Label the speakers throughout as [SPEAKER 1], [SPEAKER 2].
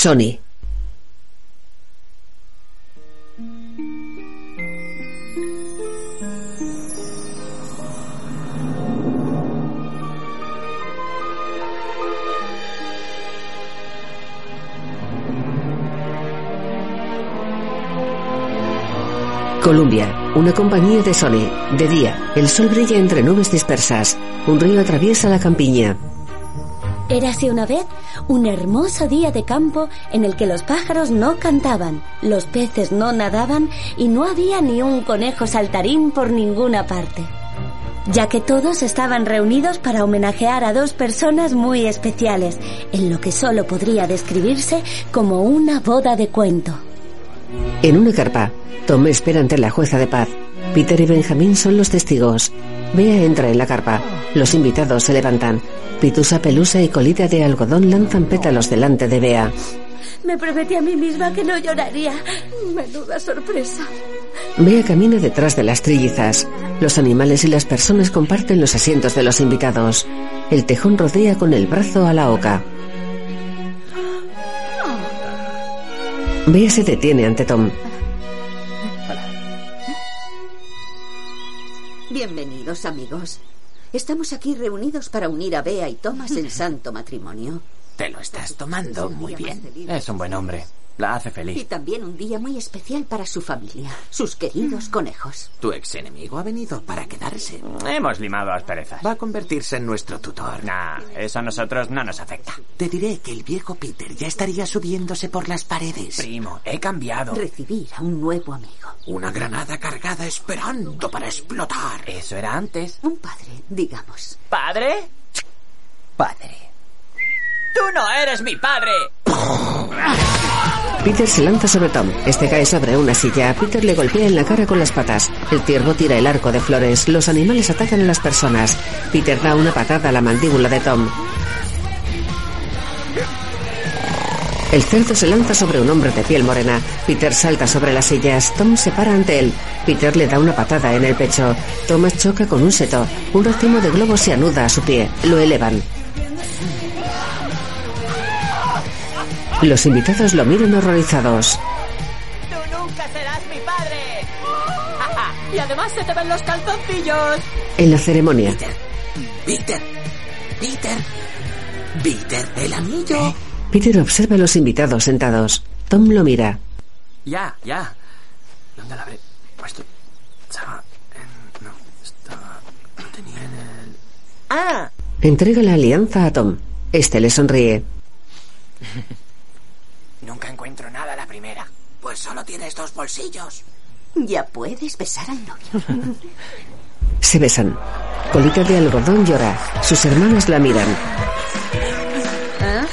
[SPEAKER 1] Sony. Columbia, una compañía de Sony. De día, el sol brilla entre nubes dispersas. Un río atraviesa la campiña.
[SPEAKER 2] Érase una vez un hermoso día de campo en el que los pájaros no cantaban, los peces no nadaban y no había ni un conejo saltarín por ninguna parte. Ya que todos estaban reunidos para homenajear a dos personas muy especiales, en lo que solo podría describirse como una boda de cuento.
[SPEAKER 1] En una carpa, Tom espera ante la jueza de paz. Peter y Benjamin son los testigos. Bea entra en la carpa. Los invitados se levantan. Pitusa pelusa y colita de algodón lanzan pétalos delante de Bea.
[SPEAKER 3] Me prometí a mí misma que no lloraría. Menuda sorpresa.
[SPEAKER 1] Bea camina detrás de las trillizas. Los animales y las personas comparten los asientos de los invitados. El tejón rodea con el brazo a la oca. Bea se detiene ante Tom.
[SPEAKER 4] Bienvenidos, amigos. Estamos aquí reunidos para unir a Bea y Thomas en santo matrimonio.
[SPEAKER 5] Te lo estás tomando muy bien. Es un buen hombre. La hace
[SPEAKER 4] Y
[SPEAKER 5] feliz.
[SPEAKER 4] también un día muy especial para su familia, sus queridos conejos.
[SPEAKER 5] Tu ex enemigo ha venido para quedarse. Hemos limado asperezas.
[SPEAKER 6] Va a convertirse en nuestro tutor.
[SPEAKER 5] Nah, eso a nosotros no nos afecta.
[SPEAKER 6] Te diré que el viejo Peter ya estaría subiéndose por las paredes.
[SPEAKER 5] Primo, he cambiado.
[SPEAKER 4] Recibir a un nuevo amigo.
[SPEAKER 6] Una granada cargada esperando para explotar.
[SPEAKER 5] Eso era antes.
[SPEAKER 4] Un padre, digamos.
[SPEAKER 5] ¿Padre? Padre. ¡Tú no eres mi padre!
[SPEAKER 1] Peter se lanza sobre Tom. Este cae sobre una silla. A Peter le golpea en la cara con las patas. El ciervo tira el arco de flores. Los animales atacan a las personas. Peter da una patada a la mandíbula de Tom. El cerdo se lanza sobre un hombre de piel morena. Peter salta sobre las sillas. Tom se para ante él. Peter le da una patada en el pecho. Thomas choca con un seto. Un racimo de globos se anuda a su pie. Lo elevan. Los invitados lo miran horrorizados.
[SPEAKER 7] Tú nunca serás mi padre. y además se te ven los calzoncillos.
[SPEAKER 1] En la ceremonia.
[SPEAKER 6] Peter. Peter. Peter, el anillo.
[SPEAKER 1] Peter observa a los invitados sentados. Tom lo mira.
[SPEAKER 5] Ya, ya. ¿Dónde la habré puesto? Estaba en- No, estaba... Lo tenía en el... ¡Ah!
[SPEAKER 1] Entrega la alianza a Tom. Este le sonríe.
[SPEAKER 5] Nunca encuentro nada a la primera.
[SPEAKER 6] Pues solo tienes dos bolsillos.
[SPEAKER 4] Ya puedes besar al novio.
[SPEAKER 1] Se besan. Colita de algodón llora. Sus hermanas la miran.
[SPEAKER 8] ¿Eh?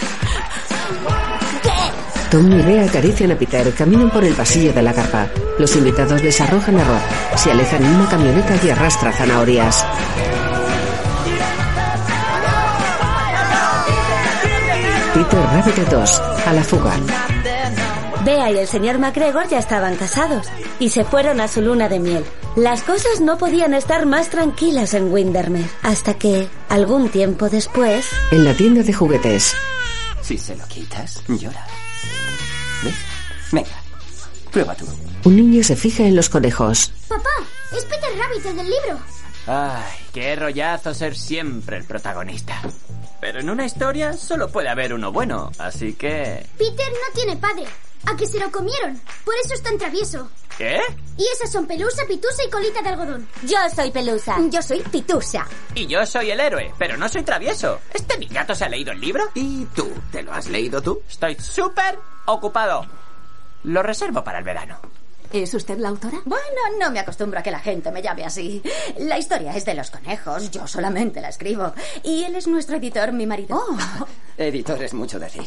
[SPEAKER 1] Tom y Bea acarician a Peter. Caminan por el pasillo de la carpa. Los invitados les arrojan arroz. Se alejan en una camioneta y arrastra zanahorias. Peter Rabbit 2. A la fuga.
[SPEAKER 2] Bea y el señor MacGregor ya estaban casados y se fueron a su luna de miel. Las cosas no podían estar más tranquilas en Windermere hasta que, algún tiempo después,
[SPEAKER 1] En la tienda de juguetes.
[SPEAKER 5] Si se lo quitas, llora. ¿Ves? Venga, prueba tú.
[SPEAKER 1] Un niño se fija en los conejos.
[SPEAKER 8] Papá, es Peter Rabbit el del libro.
[SPEAKER 5] Ay, qué rollazo ser siempre el protagonista. Pero en una historia solo puede haber uno bueno, así que...
[SPEAKER 8] Peter no tiene padre. A que se lo comieron. Por eso es tan travieso.
[SPEAKER 5] ¿Qué?
[SPEAKER 8] Y esas son pelusa, pitusa y colita de algodón.
[SPEAKER 2] yo soy Pelusa.
[SPEAKER 3] Yo soy Pitusa.
[SPEAKER 5] Y yo soy el héroe, pero no soy travieso. ¿Este mi gato se ha leído el libro?
[SPEAKER 6] ¿Y tú? ¿Te lo has leído tú?
[SPEAKER 5] Estoy súper ocupado. Lo reservo para el verano.
[SPEAKER 3] ¿Es usted la autora?
[SPEAKER 9] Bueno, no me acostumbro a que la gente me llame así. La historia es de los conejos, yo solamente la escribo. Y él es nuestro editor, mi marido.
[SPEAKER 4] Oh,
[SPEAKER 10] Editor es mucho decir.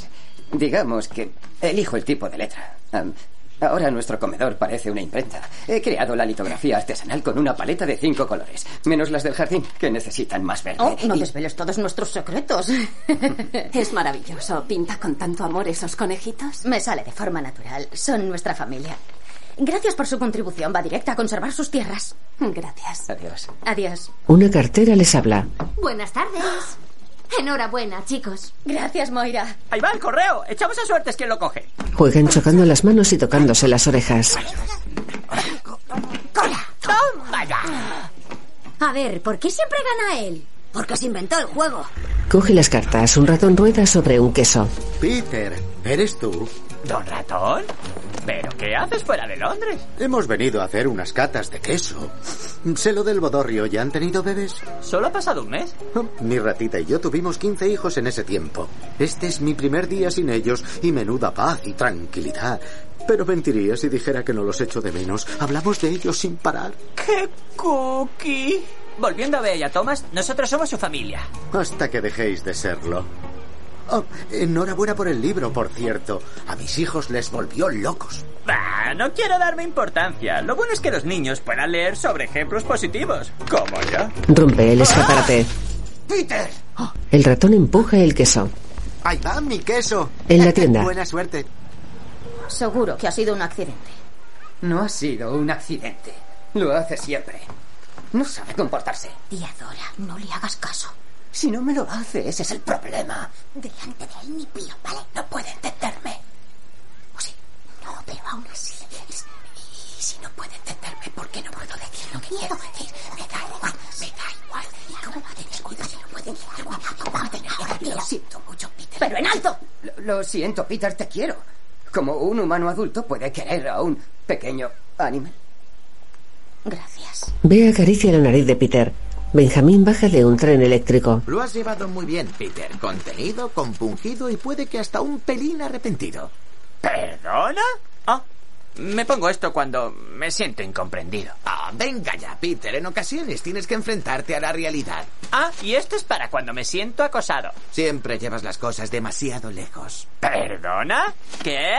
[SPEAKER 10] Digamos que elijo el tipo de letra. Am, ahora nuestro comedor parece una imprenta. He creado la litografía artesanal con una paleta de cinco colores, menos las del jardín, que necesitan más verde.
[SPEAKER 9] Oh, no
[SPEAKER 10] Y-
[SPEAKER 9] desveles todos nuestros secretos.
[SPEAKER 3] Es maravilloso. Pinta con tanto amor esos conejitos.
[SPEAKER 9] me sale de forma natural. Son nuestra familia. Gracias por su contribución. Va directa a conservar sus tierras.
[SPEAKER 3] Gracias.
[SPEAKER 10] Adiós.
[SPEAKER 9] Adiós.
[SPEAKER 1] Una cartera les habla.
[SPEAKER 8] Buenas tardes.
[SPEAKER 11] Enhorabuena, chicos.
[SPEAKER 9] Gracias, Moira.
[SPEAKER 5] Ahí va el correo. Echamos a suertes quién lo coge.
[SPEAKER 1] Juegan chocando las manos y tocándose las orejas.
[SPEAKER 5] ¡Toma ya!
[SPEAKER 2] A ver, ¿por qué siempre gana él? Porque se inventó el juego.
[SPEAKER 1] Coge las cartas. Un ratón rueda sobre un queso.
[SPEAKER 12] Peter, ¿eres tú?
[SPEAKER 5] ¿Don Ratón? ¿Pero qué haces fuera de Londres?
[SPEAKER 12] Hemos venido a hacer unas catas de queso. Sé lo del bodorrio, ¿ya han tenido bebés? Oh,
[SPEAKER 5] Solo ha pasado un mes.
[SPEAKER 12] Mi ratita y yo tuvimos 15 hijos en ese tiempo. Este es mi primer día sin ellos y menuda paz y tranquilidad. Pero mentiría si dijera que no los echo de menos. Hablamos de ellos sin parar.
[SPEAKER 5] ¡Qué cookie! Volviendo a Bella Thomas, nosotros somos su familia.
[SPEAKER 12] Hasta que dejéis de serlo. Oh, enhorabuena por el libro, por cierto. A mis hijos les volvió locos.
[SPEAKER 5] Bah, no quiero darme importancia. Lo bueno es que los niños puedan leer sobre ejemplos positivos. ¿Cómo ya?
[SPEAKER 1] Rompe el escaparate.
[SPEAKER 12] ¡Peter!
[SPEAKER 1] El ratón empuja el queso.
[SPEAKER 12] ¡Ahí va mi queso!
[SPEAKER 1] En la tienda.
[SPEAKER 12] Buena suerte.
[SPEAKER 9] Seguro que ha sido un accidente.
[SPEAKER 10] No ha sido un accidente. Lo hace siempre. No sabe comportarse.
[SPEAKER 2] Tía Dora, no le hagas caso.
[SPEAKER 10] Si no me lo hace, ese es el problema.
[SPEAKER 2] Delante de él ni pío, ¿vale?
[SPEAKER 10] No puede entenderme.
[SPEAKER 2] O sí, no, pero aún así. es-
[SPEAKER 10] Y si no puede entenderme, ¿por qué no puedo decir lo que quiero decir? Me da igual, me da igual. ¿Y cómo va a tener cuidado si no puede igual? ¿Cómo va a tener cuidado? Lo siento mucho, Peter.
[SPEAKER 9] ¡Pero en alto!
[SPEAKER 10] Lo, lo siento, Peter, te quiero. Como un humano adulto puede querer a un pequeño animal.
[SPEAKER 9] Gracias.
[SPEAKER 1] Bea acaricia la nariz de Peter. Benjamín baja de un tren eléctrico.
[SPEAKER 13] Lo has llevado muy bien, Peter. Contenido, compungido y puede que hasta un pelín arrepentido.
[SPEAKER 5] ¿Perdona? Ah, me pongo esto cuando me siento incomprendido.
[SPEAKER 13] Ah, venga ya, Peter. En ocasiones tienes que enfrentarte a la realidad.
[SPEAKER 5] Ah, y esto es para cuando me siento acosado.
[SPEAKER 13] Siempre llevas las cosas demasiado lejos.
[SPEAKER 5] ¿Perdona? ¿Qué?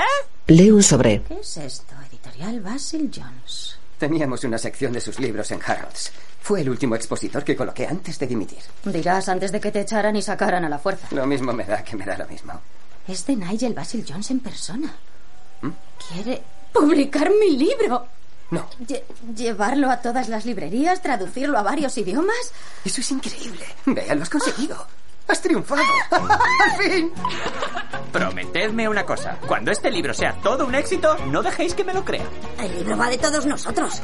[SPEAKER 1] Lee un sobre.
[SPEAKER 9] ¿Qué es esto? Editorial Basil Jones.
[SPEAKER 10] Teníamos una sección de sus libros en Harrods. Fue el último expositor que coloqué antes de dimitir.
[SPEAKER 9] Dirás antes de que te echaran y sacaran a la fuerza.
[SPEAKER 10] Lo mismo me da que me da lo mismo.
[SPEAKER 9] Es de Nigel Basil Jones en persona. Quiere publicar mi libro.
[SPEAKER 10] ¿Mm? No.
[SPEAKER 9] Lle- llevarlo a todas las librerías, traducirlo a varios idiomas.
[SPEAKER 10] Eso es increíble. Vea, lo has conseguido. Has triunfado. ¡Al fin!
[SPEAKER 5] Prometedme una cosa. Cuando este libro sea todo un éxito, no dejéis que me lo crea.
[SPEAKER 2] El libro va de todos nosotros.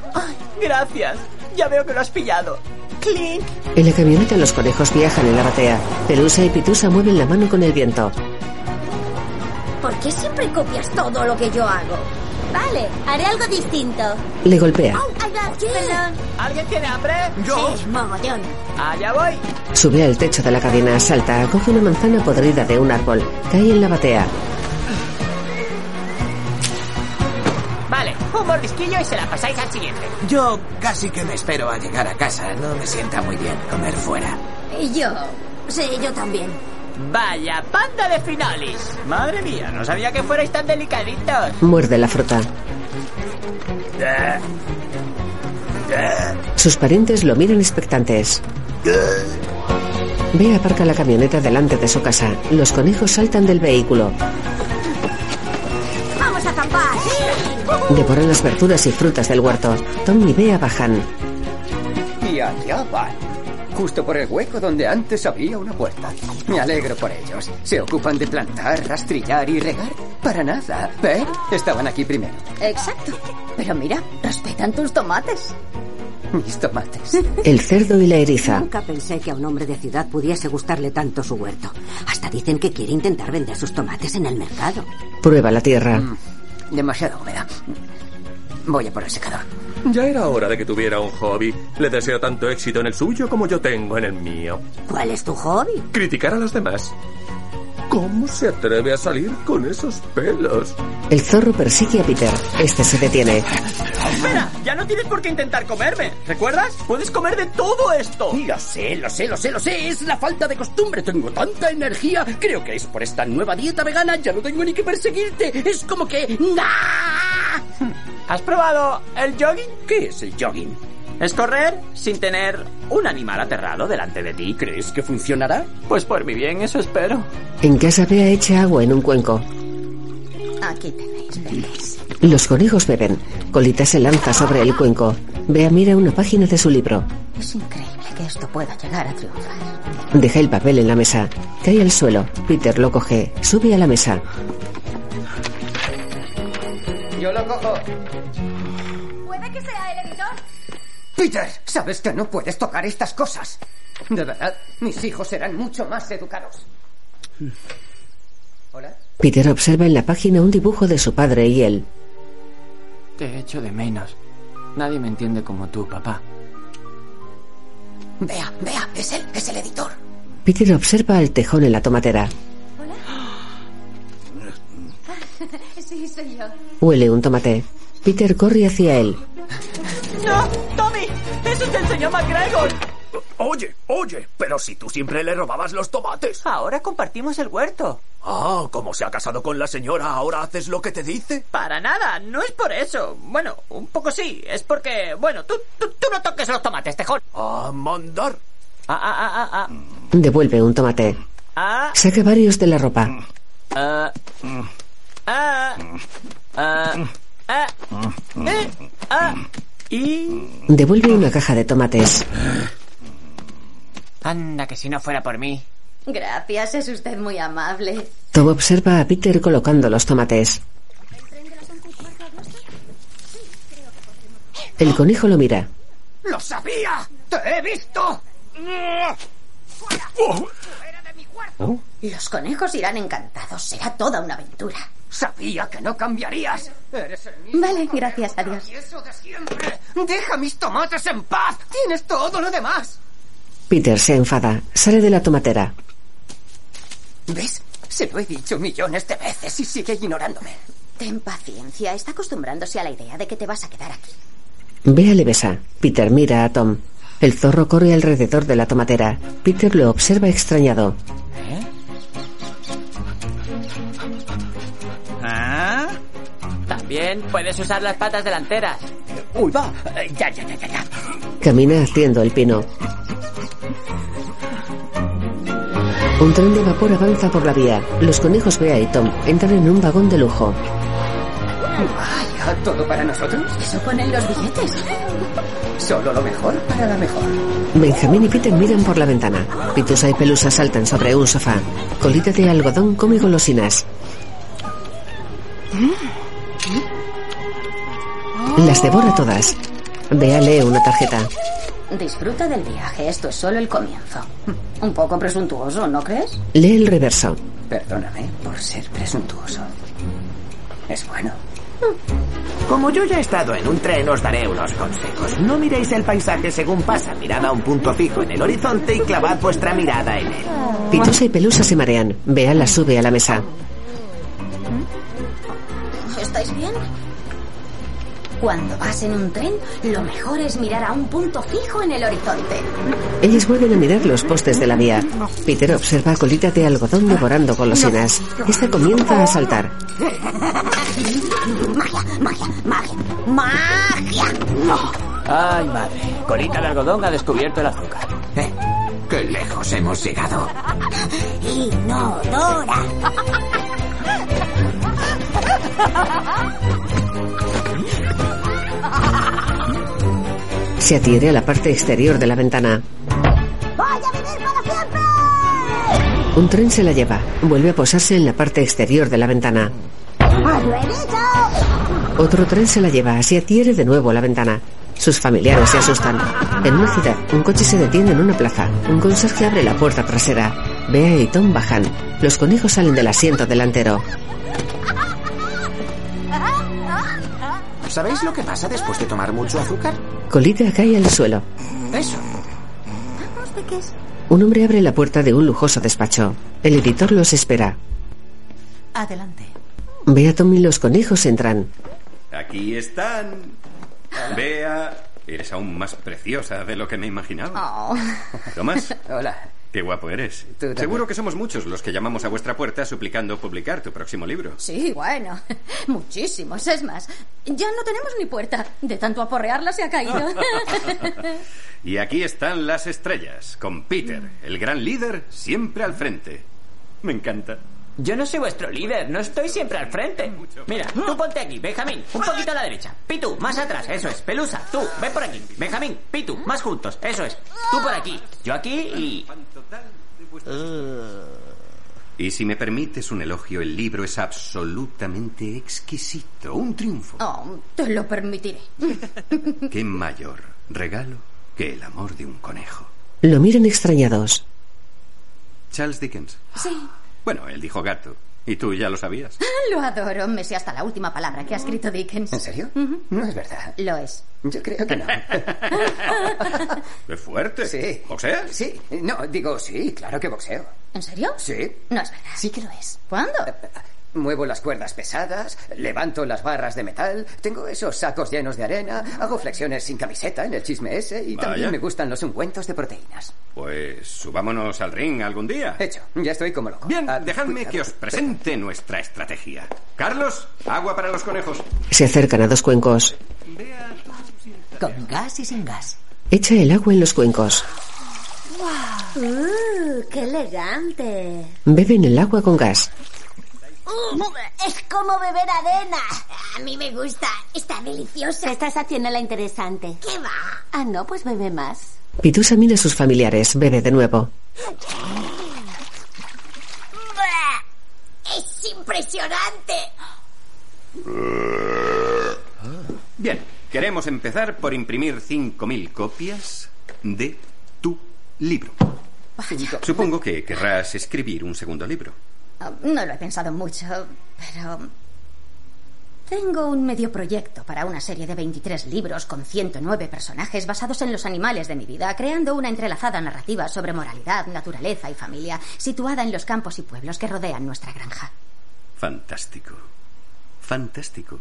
[SPEAKER 5] Gracias. Ya veo que lo has pillado. Clink.
[SPEAKER 1] En la camioneta los conejos viajan en la batea. Pelusa y Pitusa mueven la mano con el viento.
[SPEAKER 2] ¿Por qué siempre copias todo lo que yo hago?
[SPEAKER 14] Vale, haré algo distinto.
[SPEAKER 1] Le golpea.
[SPEAKER 15] Oh,
[SPEAKER 2] ¡Ay, va! ¡Perdón!
[SPEAKER 5] ¿Alguien tiene hambre?
[SPEAKER 2] Sí, mogollón.
[SPEAKER 5] Allá voy.
[SPEAKER 1] Sube al techo de la cabina, salta, coge una manzana podrida de un árbol, cae en la batea.
[SPEAKER 5] Vale, un mordisquillo y se la pasáis al siguiente.
[SPEAKER 13] Yo casi que me espero a llegar a casa. No me sienta muy bien comer fuera.
[SPEAKER 2] Y yo. Sí, yo también.
[SPEAKER 5] Vaya panda de finolis. Madre mía, no sabía que fuerais tan delicaditos. Eh.
[SPEAKER 1] Muerde la fruta. Sus parientes lo miran expectantes. Bea aparca la camioneta delante de su casa. Los conejos saltan del vehículo.
[SPEAKER 2] ¡Vamos a acampar!
[SPEAKER 1] Devoran las verduras y frutas del huerto. Tom y Bea bajan.
[SPEAKER 10] Y allá van. Justo por el hueco donde antes había una puerta. Me alegro por ellos. Se ocupan de plantar, rastrillar y regar. Para nada. ¿Eh? Estaban aquí primero.
[SPEAKER 9] Exacto. Pero mira, respetan tus tomates.
[SPEAKER 10] Mis tomates.
[SPEAKER 1] El cerdo y la eriza.
[SPEAKER 16] Nunca pensé que a un hombre de ciudad pudiese gustarle tanto su huerto. Hasta dicen que quiere intentar vender sus tomates en el mercado.
[SPEAKER 1] Prueba la tierra.
[SPEAKER 10] Demasiada humedad. Voy a por el secador.
[SPEAKER 8] Ya era hora de que tuviera un hobby. Le deseo tanto éxito en el suyo como yo tengo en el mío.
[SPEAKER 16] ¿Cuál es tu hobby?
[SPEAKER 8] Criticar a los demás. ¿Cómo se atreve a salir con esos pelos?
[SPEAKER 1] El zorro persigue a Peter. Este se detiene.
[SPEAKER 5] Espera, ya no tienes por qué intentar comerme. ¿Recuerdas? Puedes comer de todo esto.
[SPEAKER 6] Lo sé, lo sé, lo sé, lo sé. Es la falta de costumbre. Tengo tanta energía. Creo que es por esta nueva dieta vegana. Ya no tengo ni que perseguirte. Es como que... ¡Ah!
[SPEAKER 5] ¿Has probado el jogging?
[SPEAKER 6] ¿Qué es el jogging?
[SPEAKER 5] Es correr sin tener un animal aterrado delante de ti.
[SPEAKER 6] ¿Crees que funcionará?
[SPEAKER 5] Pues por mi bien, eso espero.
[SPEAKER 1] En casa Bea echa agua en un cuenco.
[SPEAKER 9] Aquí tenéis, veis.
[SPEAKER 1] Los conejos beben. Colita se lanza sobre el cuenco. Bea mira una página de su libro.
[SPEAKER 9] Es increíble que esto pueda llegar a triunfar.
[SPEAKER 1] Deja el papel en la mesa. Cae al suelo. Peter lo coge. Sube a la mesa.
[SPEAKER 10] Yo lo cojo.
[SPEAKER 17] Puede que sea el editor.
[SPEAKER 10] Peter, sabes que no puedes tocar estas cosas. De verdad, mis hijos serán mucho más educados. Hola.
[SPEAKER 1] Peter observa en la página un dibujo de su padre y él.
[SPEAKER 18] Te echo de menos. Nadie me entiende como tú, papá.
[SPEAKER 10] Vea, vea, es él, es el editor.
[SPEAKER 1] Peter observa el tejón en la tomatera.
[SPEAKER 17] sí, soy yo.
[SPEAKER 1] Huele un tomate. Peter corre hacia él.
[SPEAKER 5] ¡No! ¡Tommy! ¡Eso te enseñó McGregor!
[SPEAKER 19] Oye, oye, pero si tú siempre le robabas los tomates.
[SPEAKER 5] Ahora compartimos el huerto.
[SPEAKER 19] Ah, como se ha casado con la señora, ahora haces lo que te dice.
[SPEAKER 5] Para nada, no es por eso. Bueno, un poco sí. Es porque, bueno, tú, tú, tú no toques los tomates, tejón.
[SPEAKER 19] A mandar.
[SPEAKER 5] Ah, ah, ah, ah.
[SPEAKER 1] Devuelve un tomate.
[SPEAKER 5] Ah.
[SPEAKER 1] Saca varios de la ropa.
[SPEAKER 5] Ah. Ah. Ah. Ah. Eh, ah. Y...
[SPEAKER 1] Devuelve una caja de tomates.
[SPEAKER 5] Anda, que si no fuera por mí.
[SPEAKER 9] Gracias, es usted muy amable.
[SPEAKER 1] Tom observa a Peter colocando los tomates. El conejo lo mira.
[SPEAKER 10] ¡Lo sabía! ¡Te he visto!
[SPEAKER 9] Los conejos irán encantados. Será toda una aventura.
[SPEAKER 10] Sabía que no cambiarías. Eres el mismo
[SPEAKER 9] Vale, gracias a Dios.
[SPEAKER 10] y eso de siempre. Deja mis tomates en paz. Tienes todo lo demás.
[SPEAKER 1] Peter se enfada. Sale de la tomatera.
[SPEAKER 10] ¿Ves? Se lo he dicho millones de veces y sigue ignorándome.
[SPEAKER 9] Ten paciencia. Está acostumbrándose a la idea de que te vas a quedar aquí.
[SPEAKER 1] Bea le besa. Peter mira a Tom. El zorro corre alrededor de la tomatera. Peter lo observa extrañado.
[SPEAKER 5] Ah. También puedes usar las patas delanteras.
[SPEAKER 10] Uy, va. Eh, Ya, ya, ya, ya, ya.
[SPEAKER 1] Camina haciendo el pino. Un tren de vapor avanza por la vía. Los conejos Bea y Tom entran en un vagón de lujo.
[SPEAKER 10] Vaya, ¿todo para nosotros?
[SPEAKER 9] Eso ponen los billetes.
[SPEAKER 10] Solo lo mejor para la mejor.
[SPEAKER 1] Benjamín y Peter miran por la ventana. Pitusa y Pelusa saltan sobre un sofá. Colita de algodón come golosinas. Las devora todas. Bea lee una tarjeta.
[SPEAKER 9] Disfruta del viaje. Esto es solo el comienzo. Un poco presuntuoso, ¿no crees?
[SPEAKER 1] Lee el reverso.
[SPEAKER 10] Perdóname por ser presuntuoso. Es bueno.
[SPEAKER 20] Como yo ya he estado en un tren, os daré unos consejos. No miréis el paisaje según pasa. Mirad a un punto fijo en el horizonte y clavad vuestra mirada en él.
[SPEAKER 1] Pitusa y Pelusa se marean. Bea las sube a la mesa.
[SPEAKER 9] ¿Estáis bien? Cuando vas en un tren, lo mejor es mirar a un punto fijo en el horizonte.
[SPEAKER 1] Ellas vuelven a mirar los postes de la vía. Peter observa a Colita de algodón devorando golosinas. Esta comienza a saltar.
[SPEAKER 15] ¡Magia!
[SPEAKER 18] Ay, madre. Colita de algodón ha descubierto el azúcar.
[SPEAKER 20] Eh, ¡Qué lejos hemos llegado!
[SPEAKER 15] ¡Inodora!
[SPEAKER 1] Se adhiere a la parte exterior de la ventana. Un tren se la lleva. Vuelve a posarse en la parte exterior de la ventana. Otro tren se la lleva. Se adhiere de nuevo a la ventana. Sus familiares se asustan. En una ciudad, un coche se detiene en una plaza. Un conserje abre la puerta trasera. Bea y Tom bajan. Los conejos salen del asiento delantero.
[SPEAKER 21] ¿Sabéis lo que pasa después de tomar mucho azúcar?
[SPEAKER 1] Colita cae al suelo.
[SPEAKER 21] Eso.
[SPEAKER 1] Un hombre abre la puerta de un lujoso despacho. El editor los espera.
[SPEAKER 22] Adelante.
[SPEAKER 1] Bea, Tom y los conejos entran.
[SPEAKER 23] Aquí están. Vea, eres aún más preciosa de lo que me imaginaba. Tomás,
[SPEAKER 10] Hola.
[SPEAKER 23] qué guapo eres.
[SPEAKER 10] también.
[SPEAKER 23] Seguro que somos muchos los que llamamos a vuestra puerta suplicando publicar tu próximo libro.
[SPEAKER 9] Sí, bueno, muchísimos. Es más, ya no tenemos ni puerta. De tanto aporrearla se ha caído.
[SPEAKER 23] Y aquí están las estrellas, con Peter, el gran líder, siempre al frente. Me encanta.
[SPEAKER 24] Yo no soy vuestro líder, no estoy siempre al frente. Mira, tú ponte aquí, Benjamín, un poquito a la derecha. Pitu, más atrás, eso es. Pelusa, tú, ven por aquí. Benjamín, Pitu, más juntos, eso es. Tú por aquí, yo aquí y...
[SPEAKER 23] Y si me permites un elogio, el libro es absolutamente exquisito, un triunfo.
[SPEAKER 9] Oh, te lo permitiré.
[SPEAKER 23] ¿Qué mayor regalo que el amor de un conejo?
[SPEAKER 1] Lo miran extrañados.
[SPEAKER 23] Charles Dickens.
[SPEAKER 9] Sí,
[SPEAKER 23] Bueno, él dijo gato. Y tú ya lo sabías.
[SPEAKER 9] lo adoro. Me sé hasta la última palabra que ha escrito Dickens.
[SPEAKER 10] ¿En serio?
[SPEAKER 9] Ujú.
[SPEAKER 10] No es verdad.
[SPEAKER 9] Lo es.
[SPEAKER 10] Yo creo que no.
[SPEAKER 23] ¡Qué fuerte!
[SPEAKER 10] Sí.
[SPEAKER 23] ¿Boxeas?
[SPEAKER 10] Sí. No, digo sí, claro que boxeo.
[SPEAKER 9] ¿En serio?
[SPEAKER 10] Sí.
[SPEAKER 9] No es verdad. Sí que lo es. ¿Cuándo?
[SPEAKER 10] Eh, Muevo las cuerdas pesadas, levanto las barras de metal, tengo esos sacos llenos de arena, hago flexiones sin camiseta en el chisme ese y
[SPEAKER 23] Vaya.
[SPEAKER 10] también me gustan los ungüentos de proteínas.
[SPEAKER 23] Pues subámonos al ring algún día.
[SPEAKER 10] Hecho, ya estoy como loco. Ah,
[SPEAKER 23] Bien, dejadme que os presente nuestra estrategia. Carlos, agua para los conejos.
[SPEAKER 1] Se acercan a dos cuencos.
[SPEAKER 22] Con gas y sin gas.
[SPEAKER 1] Echa el agua en los cuencos.
[SPEAKER 15] ¡Uh, qué elegante! Mm,
[SPEAKER 1] Beben el agua con gas.
[SPEAKER 2] Uh,
[SPEAKER 15] es como beber arena. A mí me gusta. Está deliciosa.
[SPEAKER 2] Estás haciendo la interesante.
[SPEAKER 15] ¿Qué va?
[SPEAKER 2] Ah, no, pues bebe más.
[SPEAKER 1] Pitusa mira a sus familiares. Bebe de nuevo.
[SPEAKER 15] Es impresionante.
[SPEAKER 23] Bien, queremos empezar por imprimir 5.000 copias de tu libro. Supongo que querrás escribir un segundo libro.
[SPEAKER 9] Ah, No lo he pensado mucho, pero... Tengo un medio proyecto para una serie de 23 libros con 109 personajes basados en los animales de mi vida, creando una entrelazada narrativa sobre moralidad, naturaleza y familia, situada en los campos y pueblos que rodean nuestra granja.
[SPEAKER 23] Fantástico. Fantástico.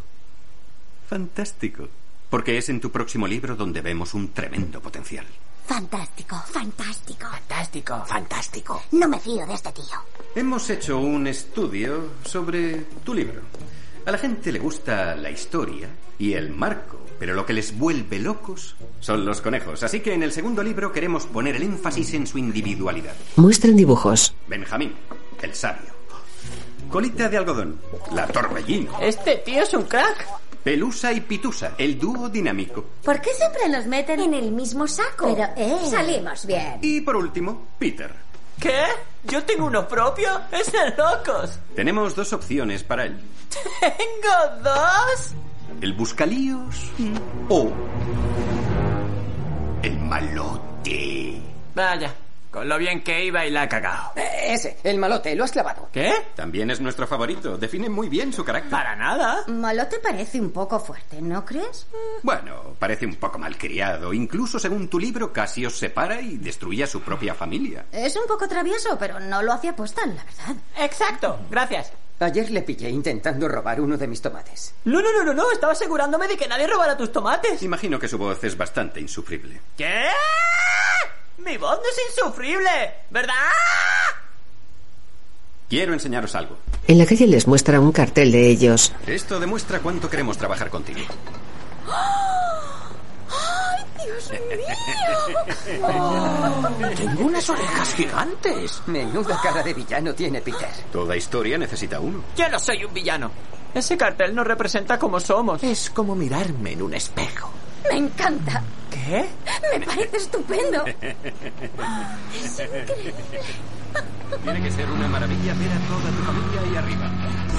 [SPEAKER 23] Fantástico. Porque es en tu próximo libro donde vemos un tremendo potencial.
[SPEAKER 15] Fantástico, fantástico.
[SPEAKER 24] Fantástico, fantástico.
[SPEAKER 15] No me fío de este tío.
[SPEAKER 23] Hemos hecho un estudio sobre tu libro. A la gente le gusta la historia y el marco, pero lo que les vuelve locos son los conejos. Así que en el segundo libro queremos poner el énfasis en su individualidad.
[SPEAKER 1] Muestran dibujos.
[SPEAKER 23] Benjamín, el sabio. Colita de algodón, la torbellina.
[SPEAKER 5] Este tío es un crack.
[SPEAKER 23] Pelusa y Pitusa, el dúo dinámico.
[SPEAKER 15] ¿Por qué siempre nos meten en el mismo saco? Pero, eh. Salimos bien.
[SPEAKER 23] Y por último, Peter.
[SPEAKER 5] ¿Qué? ¿Yo tengo uno propio? ¡Es de locos!
[SPEAKER 23] Tenemos dos opciones para él.
[SPEAKER 5] ¿Tengo dos?
[SPEAKER 23] El buscalíos o el malote.
[SPEAKER 24] Vaya, con lo bien que iba y la ha cagado.
[SPEAKER 10] Eh, Ese, el malote, lo has clavado.
[SPEAKER 24] ¿Qué?
[SPEAKER 23] También es nuestro favorito. Define muy bien su carácter.
[SPEAKER 24] Para nada.
[SPEAKER 9] Malote parece un poco fuerte, ¿no crees?
[SPEAKER 23] Bueno, parece un poco malcriado. Incluso según tu libro, casi os separa y destruye a su propia familia.
[SPEAKER 9] Es un poco travieso, pero no lo hacía apuesta, la verdad.
[SPEAKER 5] Exacto, gracias.
[SPEAKER 10] Ayer le pillé intentando robar uno de mis tomates.
[SPEAKER 5] No, no, no, no, no, estaba asegurándome de que nadie robara tus tomates.
[SPEAKER 23] Imagino que su voz es bastante insufrible.
[SPEAKER 5] ¿Qué? Mi voz no es insufrible, ¿verdad?
[SPEAKER 23] Quiero enseñaros algo.
[SPEAKER 1] En la calle les muestra un cartel de ellos.
[SPEAKER 23] Esto demuestra cuánto queremos trabajar contigo.
[SPEAKER 5] ¡Ay, Dios mío! tengo unas orejas gigantes.
[SPEAKER 10] Menuda cara de villano tiene Peter.
[SPEAKER 23] Toda historia necesita uno.
[SPEAKER 5] Yo no soy un villano. Ese cartel nos representa como somos.
[SPEAKER 24] Es como mirarme en un espejo.
[SPEAKER 9] Me encanta.
[SPEAKER 5] ¿Qué?
[SPEAKER 9] Me parece estupendo.
[SPEAKER 23] Tiene que ser una maravilla ver a toda tu familia ahí arriba.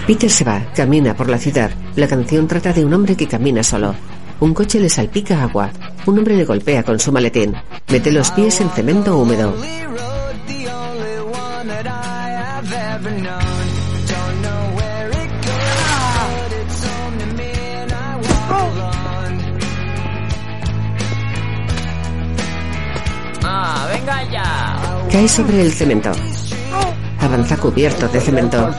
[SPEAKER 1] Peter se va, camina por la ciudad. La canción trata de un hombre que camina solo. Un coche le salpica agua. Un hombre le golpea con su maletín. Mete los pies en cemento húmedo.
[SPEAKER 5] Ah, venga ya.
[SPEAKER 1] Cae sobre el cemento. Avanza cubierto de cemento.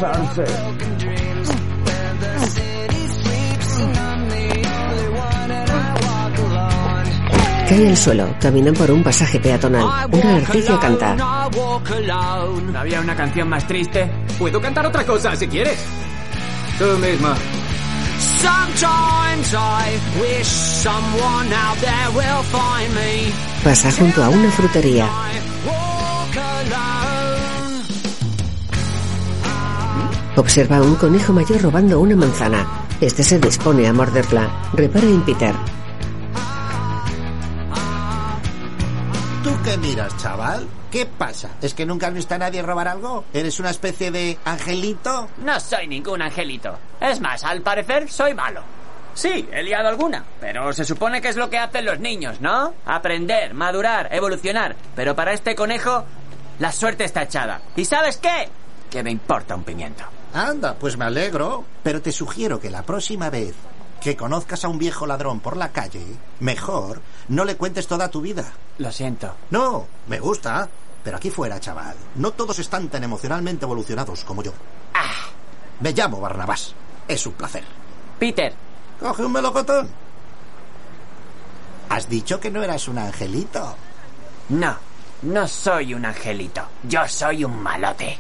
[SPEAKER 1] Cae al suelo. Caminan por un pasaje peatonal. Una artilla canta.
[SPEAKER 24] ¿No había una canción más triste? Puedo cantar otra cosa si quieres. Tú misma.
[SPEAKER 5] Sometimes I wish someone out there will find me.
[SPEAKER 1] Pasa junto a una frutería.
[SPEAKER 5] Walk alone.
[SPEAKER 1] Observa a un conejo mayor robando una manzana. Este se dispone a morderla. Repara en Peter.
[SPEAKER 12] ¿Tú qué miras, chaval? ¿Qué pasa? ¿Es que nunca has visto a nadie robar algo? ¿Eres una especie de angelito?
[SPEAKER 5] No soy ningún angelito. Es más, al parecer soy malo. Sí, he liado alguna, pero se supone que es lo que hacen los niños, ¿no? Aprender, madurar, evolucionar. Pero para este conejo, la suerte está echada. ¿Y sabes qué? Que me importa un pimiento.
[SPEAKER 12] Anda, pues me alegro. Pero te sugiero que la próxima vez que conozcas a un viejo ladrón por la calle, mejor no le cuentes toda tu vida.
[SPEAKER 5] Lo siento.
[SPEAKER 12] No, me gusta. Pero aquí fuera, chaval. No todos están tan emocionalmente evolucionados como yo.
[SPEAKER 5] Ah.
[SPEAKER 12] Me llamo Barnabás. Es un placer.
[SPEAKER 5] Peter,
[SPEAKER 12] Coge un melocotón. Has dicho que no eras un angelito.
[SPEAKER 5] no, no soy un angelito. Yo soy un malote.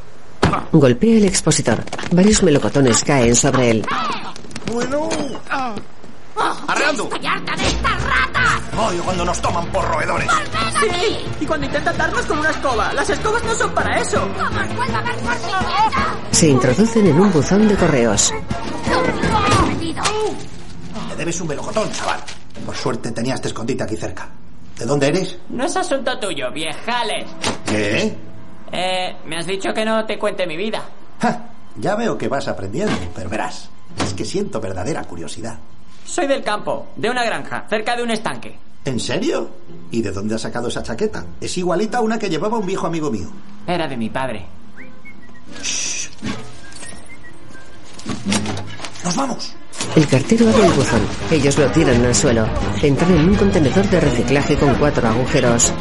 [SPEAKER 1] Golpea el expositor. Varios melocotones caen sobre él.
[SPEAKER 12] Bueno. Arreando.
[SPEAKER 5] Ah. ¡Estoy harta de estas ratas!
[SPEAKER 12] Odio cuando nos toman por roedores.
[SPEAKER 5] Sí, y cuando intentan darnos con una escoba. Las escobas no son para eso. ¡Vamos, vuelva a ver por
[SPEAKER 1] Se introducen en un buzón de correos.
[SPEAKER 12] Me debes un melocotón, chaval. Por suerte tenía este escondite aquí cerca. ¿De dónde eres?
[SPEAKER 5] No es asunto tuyo, viejales.
[SPEAKER 12] ¿Qué?
[SPEAKER 5] Eh, me has dicho que no te cuente mi vida.
[SPEAKER 12] Ya veo que vas aprendiendo, pero verás. Es que siento verdadera curiosidad.
[SPEAKER 5] Soy del campo, de una granja, cerca de un estanque.
[SPEAKER 12] ¿En serio? ¿Y de dónde has sacado esa chaqueta? Es igualita a una que llevaba un viejo amigo mío.
[SPEAKER 5] Era de mi padre.
[SPEAKER 12] ¡Nos vamos!
[SPEAKER 1] El cartero abre el buzón. Ellos lo tiran al suelo. Entran en un contenedor de reciclaje con cuatro agujeros.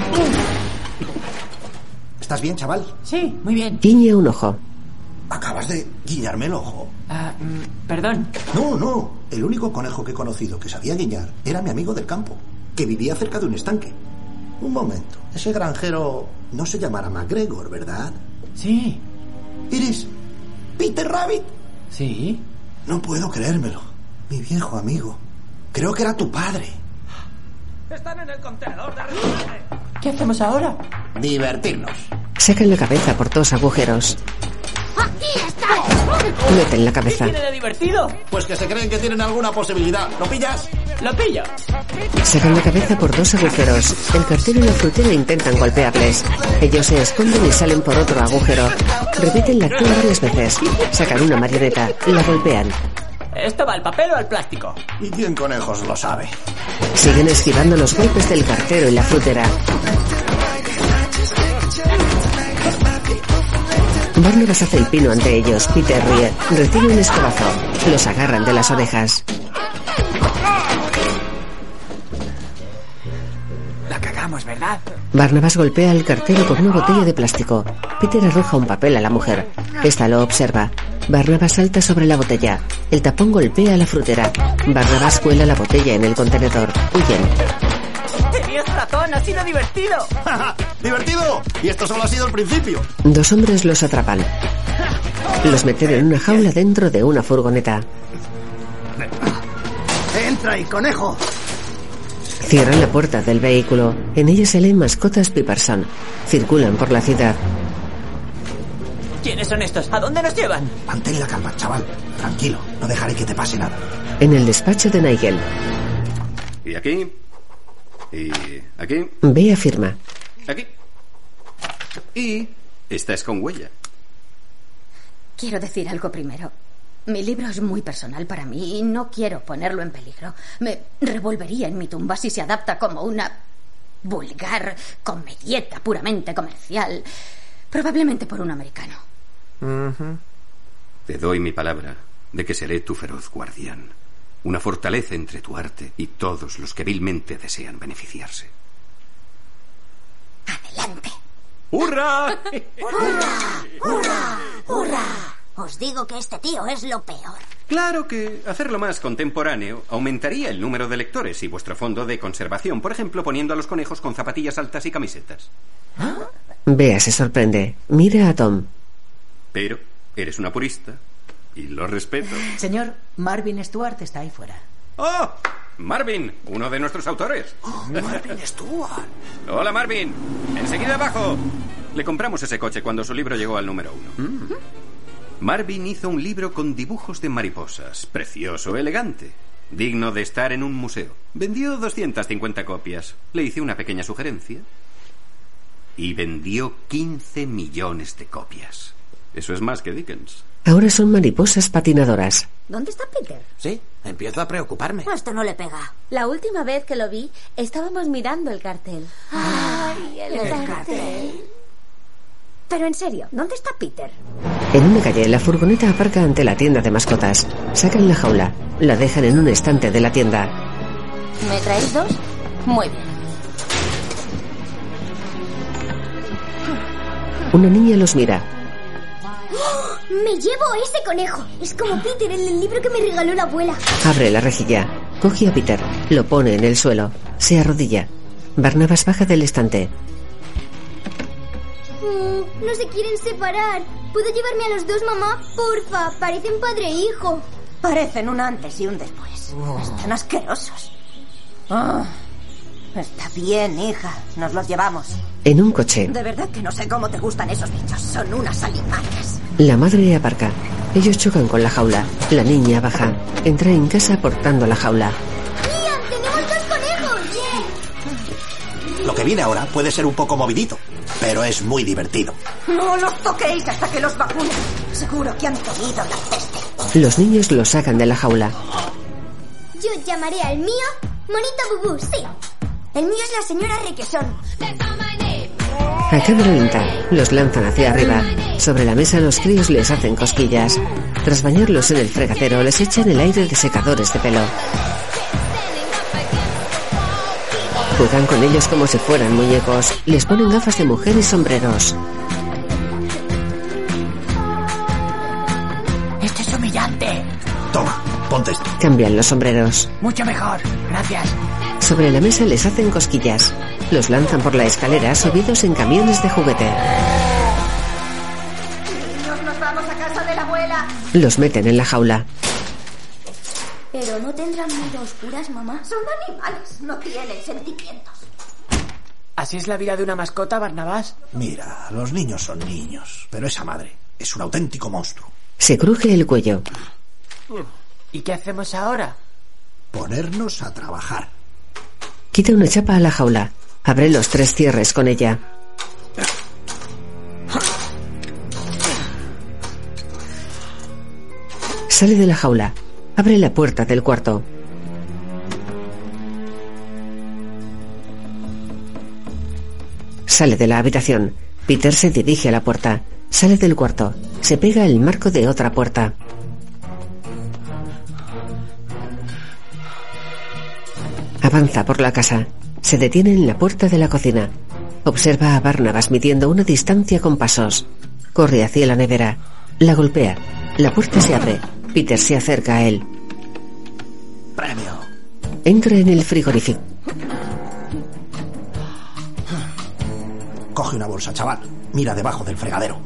[SPEAKER 12] ¿Estás bien, chaval?
[SPEAKER 5] Sí, muy bien.
[SPEAKER 1] Guiña un ojo.
[SPEAKER 12] Acabas de guiñarme el ojo.
[SPEAKER 5] Ah, mm, perdón.
[SPEAKER 12] No, no. El único conejo que he conocido que sabía guiñar era mi amigo del campo, que vivía cerca de un estanque. Un momento. Ese granjero no se llamará MacGregor, ¿verdad?
[SPEAKER 5] Sí.
[SPEAKER 12] ¿Eres Peter Rabbit?
[SPEAKER 5] Sí.
[SPEAKER 12] No puedo creérmelo. Mi viejo amigo. Creo que era tu padre.
[SPEAKER 5] Están en el contenedor de ¿Qué hacemos ahora?
[SPEAKER 12] Divertirnos.
[SPEAKER 1] Sacan la cabeza por dos agujeros.
[SPEAKER 15] ¡Aquí está!
[SPEAKER 1] Meten la cabeza.
[SPEAKER 5] de divertido?
[SPEAKER 12] Pues que se creen que tienen alguna posibilidad. ¿Lo pillas?
[SPEAKER 5] Lo pillo.
[SPEAKER 1] Sacan la cabeza por dos agujeros. El cartero y la frutera intentan golpearles. Ellos se esconden y salen por otro agujero. Repiten la acción varias veces. Sacan una marioneta. La golpean.
[SPEAKER 5] ¿Esto va al papel o al plástico?
[SPEAKER 12] ¿Y quién conejos lo sabe?
[SPEAKER 1] Siguen esquivando los golpes del cartero y la frutera. Barnabas hace el pino ante ellos. Peter ríe. Recibe un escobazo. Los agarran de las orejas.
[SPEAKER 5] La cagamos, ¿verdad?
[SPEAKER 1] Barnabas golpea al cartero con una botella de plástico. Peter arroja un papel a la mujer. Esta lo observa. Barnabas salta sobre la botella. El tapón golpea a la frutera. Barnabas cuela la botella en el contenedor. Huyen.
[SPEAKER 5] Tenías razón, ha sido divertido.
[SPEAKER 12] ¡Divertido! Y esto solo ha sido el principio.
[SPEAKER 1] Dos hombres los atrapan. Los meten en una jaula dentro de una furgoneta.
[SPEAKER 20] Entra y conejo.
[SPEAKER 1] Cierran la puerta del vehículo. En ella se leen mascotas Piperson. Circulan por la ciudad.
[SPEAKER 5] ¿Quiénes son estos? ¿A dónde nos llevan?
[SPEAKER 12] Mantén la calma, chaval. Tranquilo, no dejaré que te pase nada.
[SPEAKER 1] En el despacho de Nigel,
[SPEAKER 23] Y aquí. Y aquí.
[SPEAKER 1] Bea firma.
[SPEAKER 23] Aquí. Y. Esta es con huella.
[SPEAKER 9] Quiero decir algo primero. Mi libro es muy personal para mí y no quiero ponerlo en peligro. Me revolvería en mi tumba si se adapta como una vulgar comedieta puramente comercial, probablemente por un americano.
[SPEAKER 23] Te doy mi palabra de que seré tu feroz guardián. Una fortaleza entre tu arte y todos los que vilmente desean beneficiarse.
[SPEAKER 9] Adelante.
[SPEAKER 23] ¡Hurra!
[SPEAKER 15] ¡Hurra! Os digo que este tío es lo peor.
[SPEAKER 23] Claro que hacerlo más contemporáneo aumentaría el número de lectores y vuestro fondo de conservación, por ejemplo, poniendo a los conejos con zapatillas altas y camisetas.
[SPEAKER 1] Bea se sorprende. Mira a Tom.
[SPEAKER 23] Pero eres una purista y lo respeto.
[SPEAKER 22] Señor, Marvin Stewart está ahí fuera.
[SPEAKER 23] ¡Oh! Marvin, uno de nuestros autores.
[SPEAKER 20] Marvin Stewart.
[SPEAKER 23] Hola, Marvin. Enseguida abajo. Le compramos ese coche cuando su libro llegó al número uno. Marvin hizo un libro con dibujos de mariposas, precioso, elegante, digno de estar en un museo. Vendió 250 copias. Le hice una pequeña sugerencia. Y vendió 15 millones de copias. Eso es más que Dickens.
[SPEAKER 1] Ahora son mariposas patinadoras.
[SPEAKER 2] ¿Dónde está Peter?
[SPEAKER 4] Sí, empiezo a preocuparme.
[SPEAKER 15] Esto no le pega.
[SPEAKER 2] La última vez que lo vi, estábamos mirando el cartel.
[SPEAKER 15] Ay, el,
[SPEAKER 2] El
[SPEAKER 15] cartel.
[SPEAKER 2] Pero en serio, ¿dónde está Peter?
[SPEAKER 1] En una calle, la furgoneta aparca ante la tienda de mascotas. Sacan la jaula, la dejan en un estante de la tienda.
[SPEAKER 2] ¿Me traéis dos? Muy bien.
[SPEAKER 1] Una niña los mira.
[SPEAKER 15] ¡Oh! Me llevo a ese conejo. Es como Peter, el del libro que me regaló la abuela.
[SPEAKER 1] Abre la rejilla. Coge a Peter, lo pone en el suelo, se arrodilla. Barnabas baja del estante.
[SPEAKER 15] Mm, no se quieren separar. ¿Puedo llevarme a los dos, mamá? Porfa, parecen padre e hijo.
[SPEAKER 9] Parecen un antes y un después. Están asquerosos. Ah, está bien, hija. Nos los llevamos.
[SPEAKER 1] En un coche,
[SPEAKER 9] De verdad que no sé cómo te gustan esos bichos. Son unas alimañas.
[SPEAKER 1] la madre aparca. Ellos chocan con la jaula. La niña baja. Entra en casa portando la jaula.
[SPEAKER 15] ¡Mira! ¡Tenemos dos conejos!
[SPEAKER 12] Lo que viene ahora puede ser un poco movidito, pero es muy divertido.
[SPEAKER 9] No los toquéis hasta que los vacunen. Seguro que han tenido la peste.
[SPEAKER 1] Los niños los sacan de la jaula.
[SPEAKER 15] Yo llamaré al mío Monito Bubú, sí. El mío es la señora Requesón.
[SPEAKER 1] A cámara lenta, los lanzan hacia arriba. Sobre la mesa los críos les hacen cosquillas. Tras bañarlos en el fregadero, les echan el aire de secadores de pelo. Juegan con ellos como si fueran muñecos. Les ponen gafas de mujer y sombreros.
[SPEAKER 24] Esto es humillante.
[SPEAKER 12] Toma, ponte esto.
[SPEAKER 1] Cambian los sombreros.
[SPEAKER 24] Mucho mejor. Gracias.
[SPEAKER 1] Sobre la mesa les hacen cosquillas. Los lanzan por la escalera subidos en camiones de juguete.
[SPEAKER 9] Niños, nos vamos a casa de la abuela.
[SPEAKER 1] Los meten en la jaula.
[SPEAKER 15] Pero no tendrán miedo a oscuras, mamá.
[SPEAKER 9] Son animales. No tienen sentimientos.
[SPEAKER 24] ¿Así es la vida de una mascota, Barnabas?
[SPEAKER 12] Mira, los niños son niños, pero esa madre es un auténtico monstruo.
[SPEAKER 1] Se cruje el cuello.
[SPEAKER 24] ¿Y qué hacemos ahora?
[SPEAKER 12] Ponernos a trabajar.
[SPEAKER 1] Quita una chapa a la jaula. Abre los tres cierres con ella. Sale de la jaula. Abre la puerta del cuarto. Sale de la habitación. Peter se dirige a la puerta. Sale del cuarto. Se pega el marco de otra puerta. Avanza por la casa. Se detiene en la puerta de la cocina. Observa a Barnabas midiendo una distancia con pasos. Corre hacia la nevera. La golpea. La puerta se abre. Peter se acerca a él.
[SPEAKER 4] Premio.
[SPEAKER 1] Entra en el frigorífico.
[SPEAKER 12] Coge una bolsa, chaval. Mira debajo del fregadero.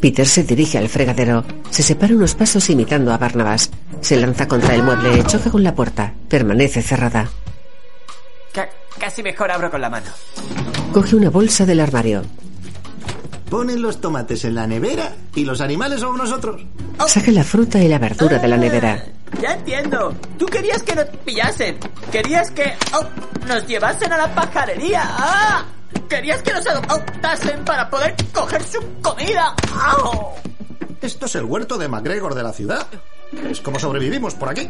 [SPEAKER 1] Peter se dirige al fregadero. Se separa unos pasos imitando a Barnabas. Se lanza contra el mueble. Choca con la puerta. Permanece cerrada.
[SPEAKER 5] Ca- casi mejor abro con la mano.
[SPEAKER 1] Coge una bolsa del armario.
[SPEAKER 4] Ponen los tomates en la nevera y los animales somos nosotros.
[SPEAKER 1] Saca la fruta y la verdura de la nevera.
[SPEAKER 5] Ya entiendo. Tú querías que nos pillasen. Querías que oh, nos llevasen a la pajarería. ¡Ah! Querías que nos adoptasen para poder coger su comida. ¡Au!
[SPEAKER 12] Esto es el huerto de MacGregor de la ciudad. Es como sobrevivimos por aquí.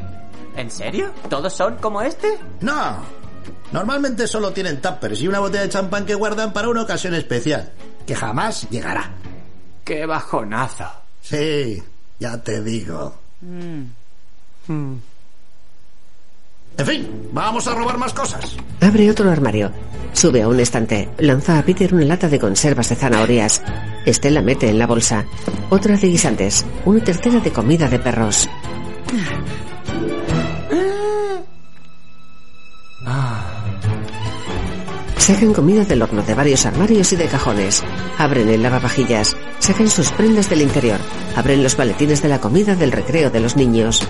[SPEAKER 5] ¿En serio? ¿Todos son como este?
[SPEAKER 4] No.
[SPEAKER 12] Normalmente solo tienen tuppers y una botella de champán que guardan para una ocasión especial, que jamás llegará.
[SPEAKER 5] ¡Qué bajonazo!
[SPEAKER 12] Sí, ya te digo. En fin, vamos a robar más cosas.
[SPEAKER 1] Abre otro armario. Sube a un estante. Lanza a Peter una lata de conservas de zanahorias. Este la mete en la bolsa. Otra de guisantes. Una tercera de comida de perros. Sacan comida del horno de varios armarios y de cajones. Abren el lavavajillas. Sacan sus prendas del interior. Abren los maletines de la comida del recreo de los niños.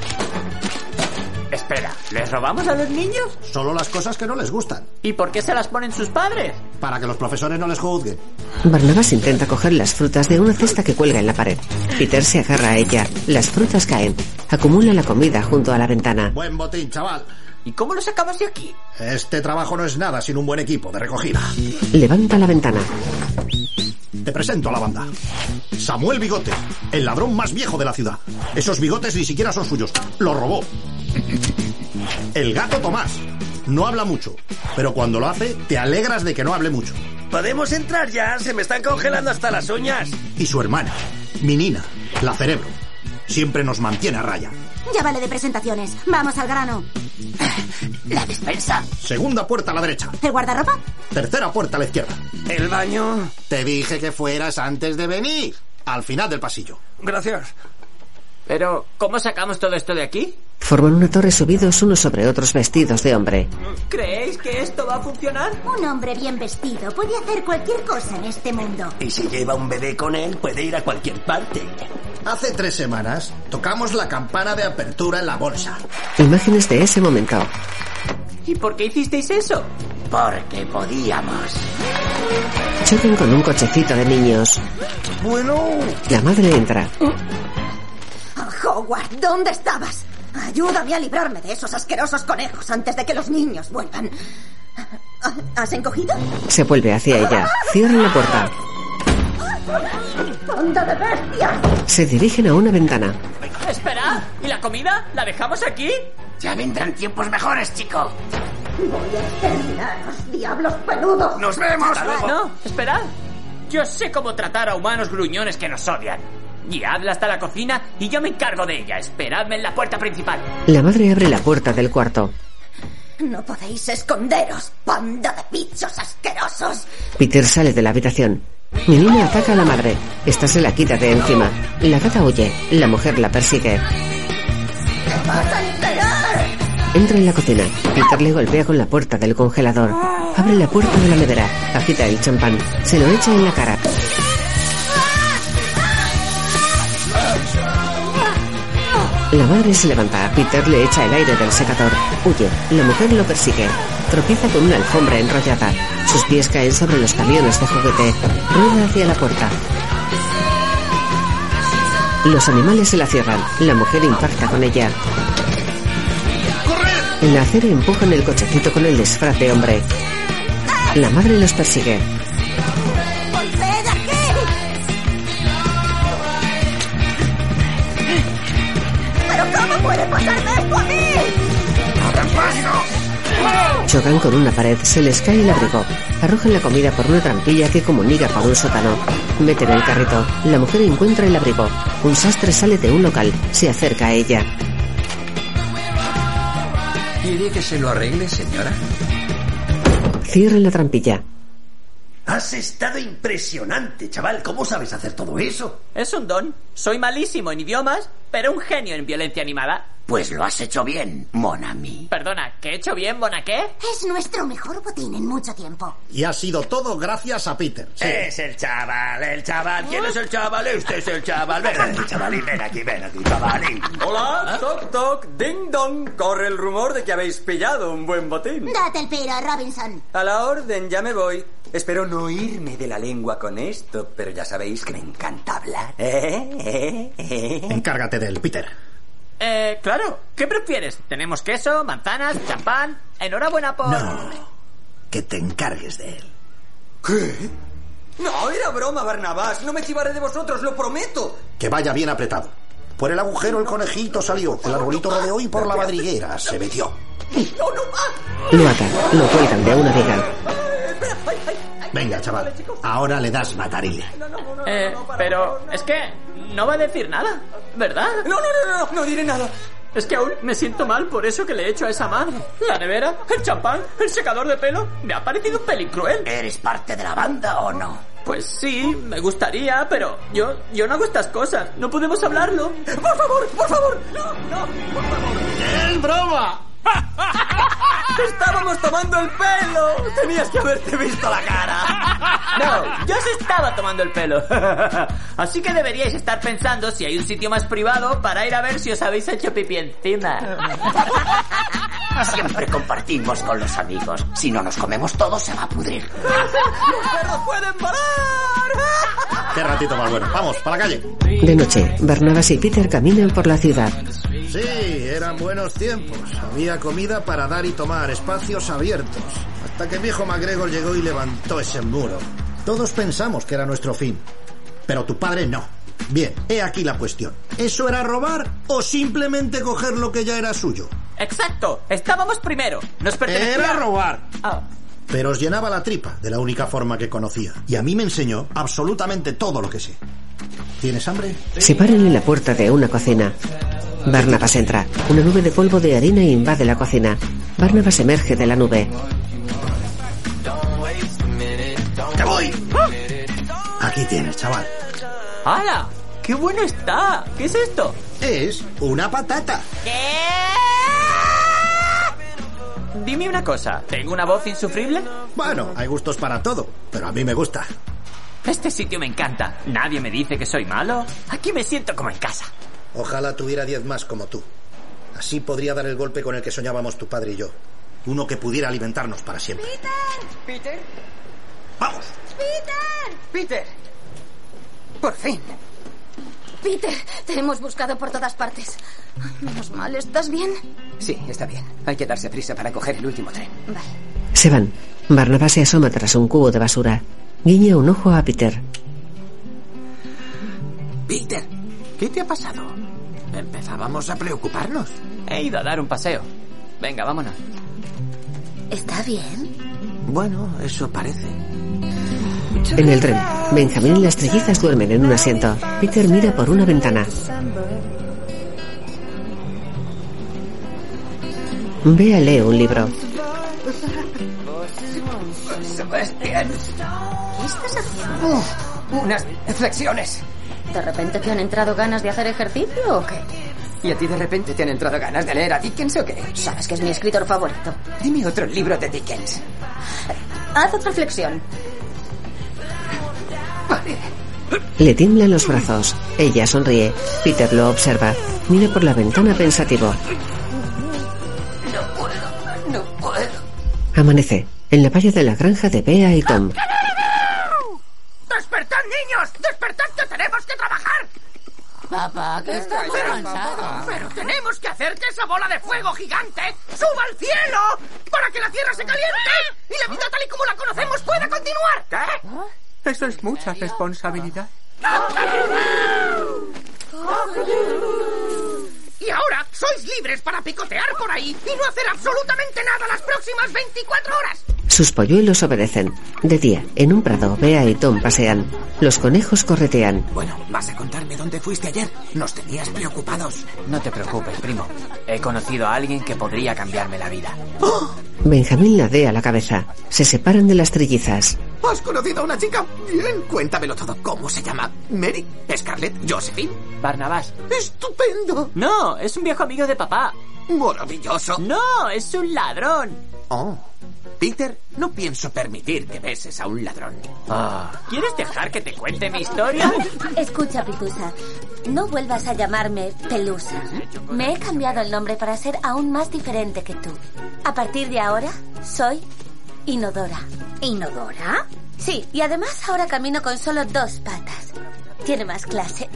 [SPEAKER 5] Espera, ¿les robamos a los niños?
[SPEAKER 12] Solo las cosas que no les gustan.
[SPEAKER 5] ¿Y por qué se las ponen sus padres?
[SPEAKER 12] Para que los profesores no les juzguen.
[SPEAKER 1] Barnabas intenta coger las frutas de una cesta que cuelga en la pared. Peter se agarra a ella. Las frutas caen. Acumula la comida junto a la ventana.
[SPEAKER 12] Buen botín, chaval.
[SPEAKER 5] ¿Y cómo lo sacamos de aquí?
[SPEAKER 12] Este trabajo no es nada sin un buen equipo de recogida.
[SPEAKER 1] Levanta la ventana.
[SPEAKER 12] Te presento a la banda. Samuel Bigote, el ladrón más viejo de la ciudad. Esos bigotes ni siquiera son suyos. Los robó. El gato Tomás. No habla mucho, pero cuando lo hace, te alegras de que no hable mucho.
[SPEAKER 23] ¿Podemos entrar ya? Se me están congelando hasta las uñas.
[SPEAKER 12] Y su hermana, Minina, la cerebro. Siempre nos mantiene a raya.
[SPEAKER 9] Ya vale de presentaciones. Vamos al grano.
[SPEAKER 6] La despensa.
[SPEAKER 12] Segunda puerta a la derecha.
[SPEAKER 9] ¿El guardarropa?
[SPEAKER 12] Tercera puerta a la izquierda.
[SPEAKER 23] ¿El baño?
[SPEAKER 12] Te dije que fueras antes de venir. Al final del pasillo.
[SPEAKER 23] Gracias.
[SPEAKER 5] Pero, ¿cómo sacamos todo esto de aquí?
[SPEAKER 1] Forman una torre subidos unos sobre otros vestidos de hombre.
[SPEAKER 5] ¿Creéis que esto va a funcionar?
[SPEAKER 9] Un hombre bien vestido puede hacer cualquier cosa en este mundo.
[SPEAKER 23] Y si lleva un bebé con él, puede ir a cualquier parte.
[SPEAKER 12] Hace tres semanas tocamos la campana de apertura en la bolsa.
[SPEAKER 1] Imágenes de ese momento.
[SPEAKER 5] ¿Y por qué hicisteis eso?
[SPEAKER 23] Porque podíamos.
[SPEAKER 1] Chocan con un cochecito de niños.
[SPEAKER 23] Bueno.
[SPEAKER 1] La madre entra.
[SPEAKER 9] Howard, ¿dónde estabas? Ayúdame a librarme de esos asquerosos conejos antes de que los niños vuelvan. ¿Has encogido?
[SPEAKER 1] Se vuelve hacia ella. Cierra la puerta.
[SPEAKER 9] ¡Onda de bestias!
[SPEAKER 1] Se dirigen a una ventana.
[SPEAKER 5] Espera, ¿y la comida? ¿La dejamos aquí?
[SPEAKER 6] Ya vendrán tiempos mejores, chico.
[SPEAKER 9] Voy a exterminaros, diablos peludos.
[SPEAKER 6] ¡Nos vemos!
[SPEAKER 5] No, esperad. Yo sé cómo tratar a humanos gruñones que nos odian. Guiadla hasta la cocina y yo me encargo de ella. Esperadme en la puerta principal.
[SPEAKER 1] La madre abre la puerta del cuarto.
[SPEAKER 9] No podéis esconderos, panda de bichos asquerosos.
[SPEAKER 1] Peter sale de la habitación. Melina ataca a la madre. Esta se la quita de encima. La gata huye. La mujer la persigue.
[SPEAKER 9] ¡Te vas a enterar!
[SPEAKER 1] Entra en la cocina. Peter le golpea con la puerta del congelador. Abre la puerta de la nevera. Agita el champán. Se lo echa en la cara. La madre se levanta. Peter le echa el aire del secador. Huye. La mujer lo persigue. Tropieza con una alfombra enrollada. Sus pies caen sobre los camiones de juguete. Rueda hacia la puerta. Los animales se la cierran. La mujer impacta con ella. En la acera empujan el cochecito con el disfraz de hombre. La madre los persigue.
[SPEAKER 9] ¿Cómo puede pasarme esto a mí?
[SPEAKER 1] Chocan con una pared, se les cae el abrigo. Arrojan la comida por una trampilla que comunica con un sótano. Meten el carrito. La mujer encuentra el abrigo. Un sastre sale de un local. Se acerca a ella.
[SPEAKER 23] ¿Quiere que se lo arregle, señora?
[SPEAKER 1] Cierra la trampilla.
[SPEAKER 23] Has estado impresionante, chaval. ¿Cómo sabes hacer todo eso?
[SPEAKER 5] Es un don. Soy malísimo en idiomas, pero un genio en violencia animada.
[SPEAKER 6] Pues lo has hecho bien, Monami.
[SPEAKER 5] Perdona, ¿qué he hecho bien, Bonaqué?
[SPEAKER 9] Es nuestro mejor botín en mucho tiempo.
[SPEAKER 12] Y ha sido todo gracias a Peter.
[SPEAKER 6] Sí. Es el chaval, el chaval. ¿Quién es el chaval? Este es el chaval. Ven aquí, chavalín, ven aquí, ven aquí, chavalín.
[SPEAKER 10] Hola, toc toc, ding dong. Corre el rumor de que habéis pillado un buen botín.
[SPEAKER 9] Date el piro, Robinson.
[SPEAKER 10] A la orden, ya me voy. Espero no irme de la lengua con esto, pero ya sabéis que me encanta hablar. ¿Eh? ¿Eh? ¿Eh?
[SPEAKER 12] Encárgate de él, Peter.
[SPEAKER 5] Eh, claro. ¿Qué prefieres? Tenemos queso, manzanas, champán. Enhorabuena por.
[SPEAKER 23] No. Que te encargues de él.
[SPEAKER 10] ¿Qué? No, era broma, Barnabás. No me chivaré de vosotros, lo prometo.
[SPEAKER 12] Que vaya bien apretado. Por el agujero el conejito salió, el arbolito rodeó y por la madriguera se metió.
[SPEAKER 10] ¡No, no más!
[SPEAKER 1] Lo atan, lo cuelgan de una viga.
[SPEAKER 12] Venga, chaval, ahora le das matarilla.
[SPEAKER 5] Eh, pero es que no va a decir nada, ¿verdad?
[SPEAKER 10] No, no, no, no, no diré nada.
[SPEAKER 5] Es que aún me siento mal por eso que le he hecho a esa madre. La nevera, el champán, el secador de pelo, me ha parecido un pelín cruel.
[SPEAKER 6] ¿Eres parte de la banda o no?
[SPEAKER 5] Pues sí, me gustaría, pero yo, yo no hago estas cosas. No podemos hablarlo. ¡Por favor, por favor! ¡No, no, por favor!
[SPEAKER 12] ¡Es broma!
[SPEAKER 8] ¡Te estábamos tomando el pelo! ¡Tenías que haberte visto la cara!
[SPEAKER 5] No, yo os estaba tomando el pelo. Así que deberíais estar pensando si hay un sitio más privado para ir a ver si os habéis hecho pipi encima.
[SPEAKER 6] Siempre compartimos con los amigos. Si no nos comemos todos, se va a pudrir.
[SPEAKER 8] ¡Los perros pueden volar!
[SPEAKER 12] Qué ratito más bueno. Vamos, para la calle.
[SPEAKER 1] De noche, Barnabas y Peter caminan por la ciudad.
[SPEAKER 12] Sí, eran buenos tiempos. Había comida para dar y tomar, espacios abiertos. Hasta que viejo MacGregor llegó y levantó ese muro. Todos pensamos que era nuestro fin. Pero tu padre no. Bien, he aquí la cuestión. ¿Eso era robar o simplemente coger lo que ya era suyo?
[SPEAKER 5] Exacto, estábamos primero. Nos pertenecía...
[SPEAKER 12] Era robar.
[SPEAKER 5] Ah.
[SPEAKER 12] Pero os llenaba la tripa de la única forma que conocía. Y a mí me enseñó absolutamente todo lo que sé. ¿Tienes hambre?
[SPEAKER 1] Se paran en la puerta de una cocina. Barnabas entra. Una nube de polvo de harina invade la cocina. Barnabas emerge de la nube.
[SPEAKER 12] ¡Te voy! Aquí tienes, chaval.
[SPEAKER 5] ¡Hala! ¡Qué bueno está! ¿Qué es esto?
[SPEAKER 12] Es una patata.
[SPEAKER 5] Dime una cosa, ¿tengo una voz insufrible?
[SPEAKER 12] Bueno, hay gustos para todo, pero a mí me gusta.
[SPEAKER 5] Este sitio me encanta. Nadie me dice que soy malo. Aquí me siento como en casa.
[SPEAKER 12] Ojalá tuviera diez más como tú. Así podría dar el golpe con el que soñábamos tu padre y yo. Uno que pudiera alimentarnos para siempre.
[SPEAKER 8] Peter,
[SPEAKER 12] ¡Vamos!
[SPEAKER 8] Peter, Peter. Por fin.
[SPEAKER 9] Peter, te hemos buscado por todas partes. Ay, menos mal, ¿estás bien?
[SPEAKER 10] Sí, está bien. Hay que darse prisa para coger el último tren.
[SPEAKER 9] Vale.
[SPEAKER 1] Se van. Barnabas se asoma tras un cubo de basura. Guiña un ojo a Peter.
[SPEAKER 21] Peter, ¿qué te ha pasado? Empezábamos a preocuparnos.
[SPEAKER 5] He ido a dar un paseo. Venga, vámonos.
[SPEAKER 9] ¿Está bien?
[SPEAKER 21] Bueno, eso parece.
[SPEAKER 1] En el tren, Benjamín y las trillizas duermen en un asiento. Peter mira por una ventana. Bea lee un libro.
[SPEAKER 8] Sebastián.
[SPEAKER 9] ¿Qué estás haciendo?
[SPEAKER 8] Unas flexiones.
[SPEAKER 9] ¿De repente te han entrado ganas de hacer ejercicio o qué?
[SPEAKER 10] ¿Y a ti de repente te han entrado ganas de leer a Dickens o qué?
[SPEAKER 9] Sabes que es mi escritor favorito.
[SPEAKER 10] Dime otro libro de Dickens.
[SPEAKER 9] Haz otra flexión.
[SPEAKER 1] Le tiemblan los brazos. Ella sonríe. Peter lo observa. Mira por la ventana pensativo.
[SPEAKER 8] No puedo, no puedo.
[SPEAKER 1] Amanece. En la valla de la granja de Bea y Tom.
[SPEAKER 8] ¡Despertad, niños! ¡Despertad que tenemos que trabajar!
[SPEAKER 25] Papá, que está muy cansado.
[SPEAKER 8] Pero tenemos que hacer que esa bola de fuego gigante suba al cielo para que la tierra se caliente y la vida tal y como la conocemos pueda continuar. ¿Qué?
[SPEAKER 6] Eso es mucha responsabilidad.
[SPEAKER 8] Y ahora sois libres para picotear por ahí y no hacer absolutamente nada las próximas 24 horas.
[SPEAKER 1] Sus polluelos obedecen. De día, en un prado, Bea y Tom pasean. Los conejos corretean.
[SPEAKER 21] Bueno, ¿vas a contarme dónde fuiste ayer? Nos tenías preocupados.
[SPEAKER 5] No te preocupes, primo. He conocido a alguien que podría cambiarme la vida.
[SPEAKER 1] Benjamín ladea la cabeza. Se separan de las trillizas.
[SPEAKER 21] ¿Has conocido a una chica? Bien, cuéntamelo todo. ¿Cómo se llama? ¿Mary? ¿Scarlett? ¿Josephine?
[SPEAKER 5] Barnabás.
[SPEAKER 21] ¡Estupendo!
[SPEAKER 5] No, es un viejo amigo de papá.
[SPEAKER 21] ¡Maravilloso!
[SPEAKER 5] No, es un ladrón.
[SPEAKER 21] Oh. Peter, no pienso permitir que beses a un ladrón.
[SPEAKER 5] Ah, ¿Quieres dejar que te cuente mi historia?
[SPEAKER 2] Escucha, Pitusa, no vuelvas a llamarme Pelusa. Me he cambiado el nombre para ser aún más diferente que tú. A partir de ahora, soy Inodora.
[SPEAKER 9] ¿Inodora?
[SPEAKER 2] Sí, y además ahora camino con solo dos patas. Tiene más clase.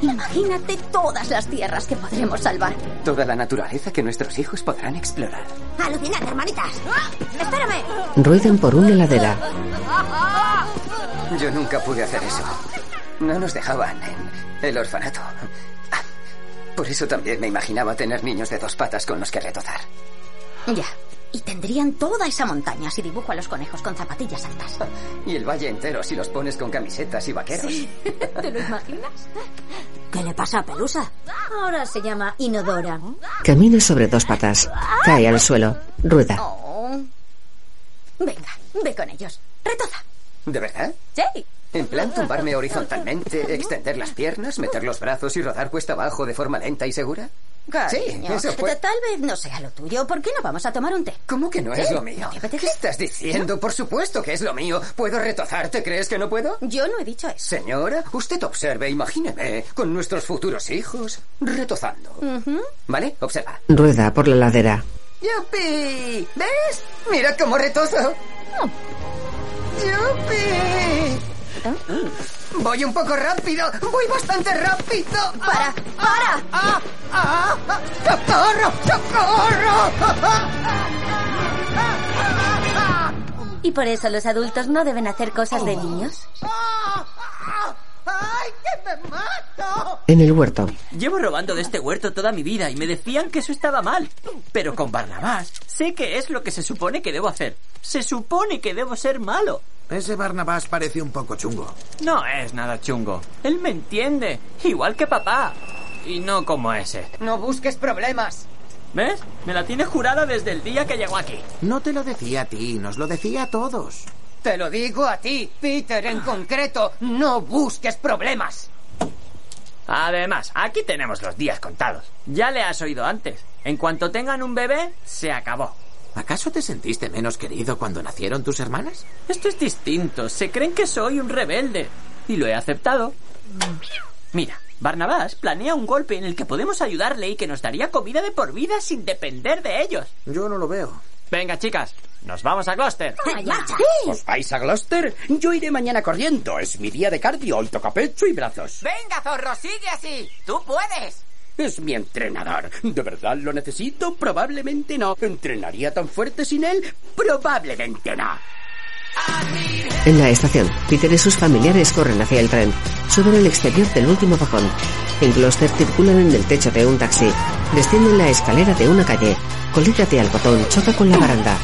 [SPEAKER 9] Imagínate todas las tierras que podremos salvar.
[SPEAKER 10] Toda la naturaleza que nuestros hijos podrán explorar.
[SPEAKER 15] Alucinad, hermanitas. ¡Ah! Espérame.
[SPEAKER 1] Ruedan por una heladera.
[SPEAKER 10] Yo nunca pude hacer eso. No nos dejaban en el orfanato. Ah, Por eso también me imaginaba tener niños de dos patas con los que retozar.
[SPEAKER 9] Ya. Y tendrían toda esa montaña si dibujo a los conejos con zapatillas altas.
[SPEAKER 10] Y el valle entero si los pones con camisetas y vaqueros.
[SPEAKER 9] ¿Te lo imaginas?
[SPEAKER 25] ¿Qué le pasa a Pelusa?
[SPEAKER 9] Ahora se llama Inodora.
[SPEAKER 1] Camina sobre dos patas. Cae al suelo. Rueda.
[SPEAKER 9] Oh. Venga, ve con ellos. Retoza.
[SPEAKER 10] ¿De verdad?
[SPEAKER 9] Sí.
[SPEAKER 10] En plan tumbarme horizontalmente, extender las piernas, meter los brazos y rodar cuesta abajo de forma lenta y segura.
[SPEAKER 9] Cariño,
[SPEAKER 10] Sí, eso fue-
[SPEAKER 9] Tal vez no sea lo tuyo. ¿Por qué no vamos a tomar un té? ¿Eh?
[SPEAKER 10] ¿Cómo que no es lo mío? ¿Qué estás diciendo? Por supuesto que es lo mío. ¿Puedo retozarte? ¿Crees que no puedo?
[SPEAKER 9] Yo no he dicho eso.
[SPEAKER 10] Señora, usted observe, imagíneme, con nuestros futuros hijos, retozando. ¿Vale? Observa.
[SPEAKER 1] Rueda por la ladera.
[SPEAKER 10] ¡Yupi! ¿Ves? Mira cómo retozo. ¡Yupi! Voy un poco rápido, voy bastante rápido. ¡Para! ¡Para! ¡Ah! ¡Ah! ah! ¡Socorro! ¡Socorro!
[SPEAKER 2] ¿Y por eso los adultos no deben hacer cosas de niños?
[SPEAKER 1] En el huerto.
[SPEAKER 5] Llevo robando de este huerto toda mi vida y me decían que eso estaba mal. Pero con Barnabás sé que es lo que se supone que debo hacer. Se supone que debo ser malo.
[SPEAKER 21] Ese Barnabás parece un poco chungo.
[SPEAKER 5] No es nada chungo. Él me entiende, igual que papá. Y no como ese.
[SPEAKER 17] No busques problemas.
[SPEAKER 5] ¿Ves? Me la tiene jurada desde el día que llegó aquí.
[SPEAKER 21] No te lo decía a ti, nos lo decía a todos.
[SPEAKER 17] Te lo digo a ti, Peter, en concreto. No busques problemas.
[SPEAKER 5] Además, aquí tenemos los días contados. Ya le has oído antes. En cuanto tengan un bebé, se acabó.
[SPEAKER 21] ¿Acaso te sentiste menos querido cuando nacieron tus hermanas?
[SPEAKER 5] Esto es distinto. Se creen que soy un rebelde. Y lo he aceptado. Mira, Barnabás planea un golpe en el que podemos ayudarle y que nos daría comida de por vida sin depender de ellos.
[SPEAKER 21] Yo no lo veo.
[SPEAKER 5] Venga, chicas, nos vamos a Gloucester.
[SPEAKER 26] ¿Os vais a Gloucester? Yo iré mañana corriendo. Es mi día de cardio. Hoy toca pecho y brazos.
[SPEAKER 17] Venga, zorro, sigue así. Tú puedes.
[SPEAKER 26] Es mi entrenador. ¿De verdad lo necesito? Probablemente no. ¿Entrenaría tan fuerte sin él? Probablemente no.
[SPEAKER 1] En la estación, Peter y sus familiares corren hacia el tren. Suben al exterior del último vagón. En Gloucester circulan en el techo de un taxi. Descienden la escalera de una calle. Colícate al botón, choca con la baranda.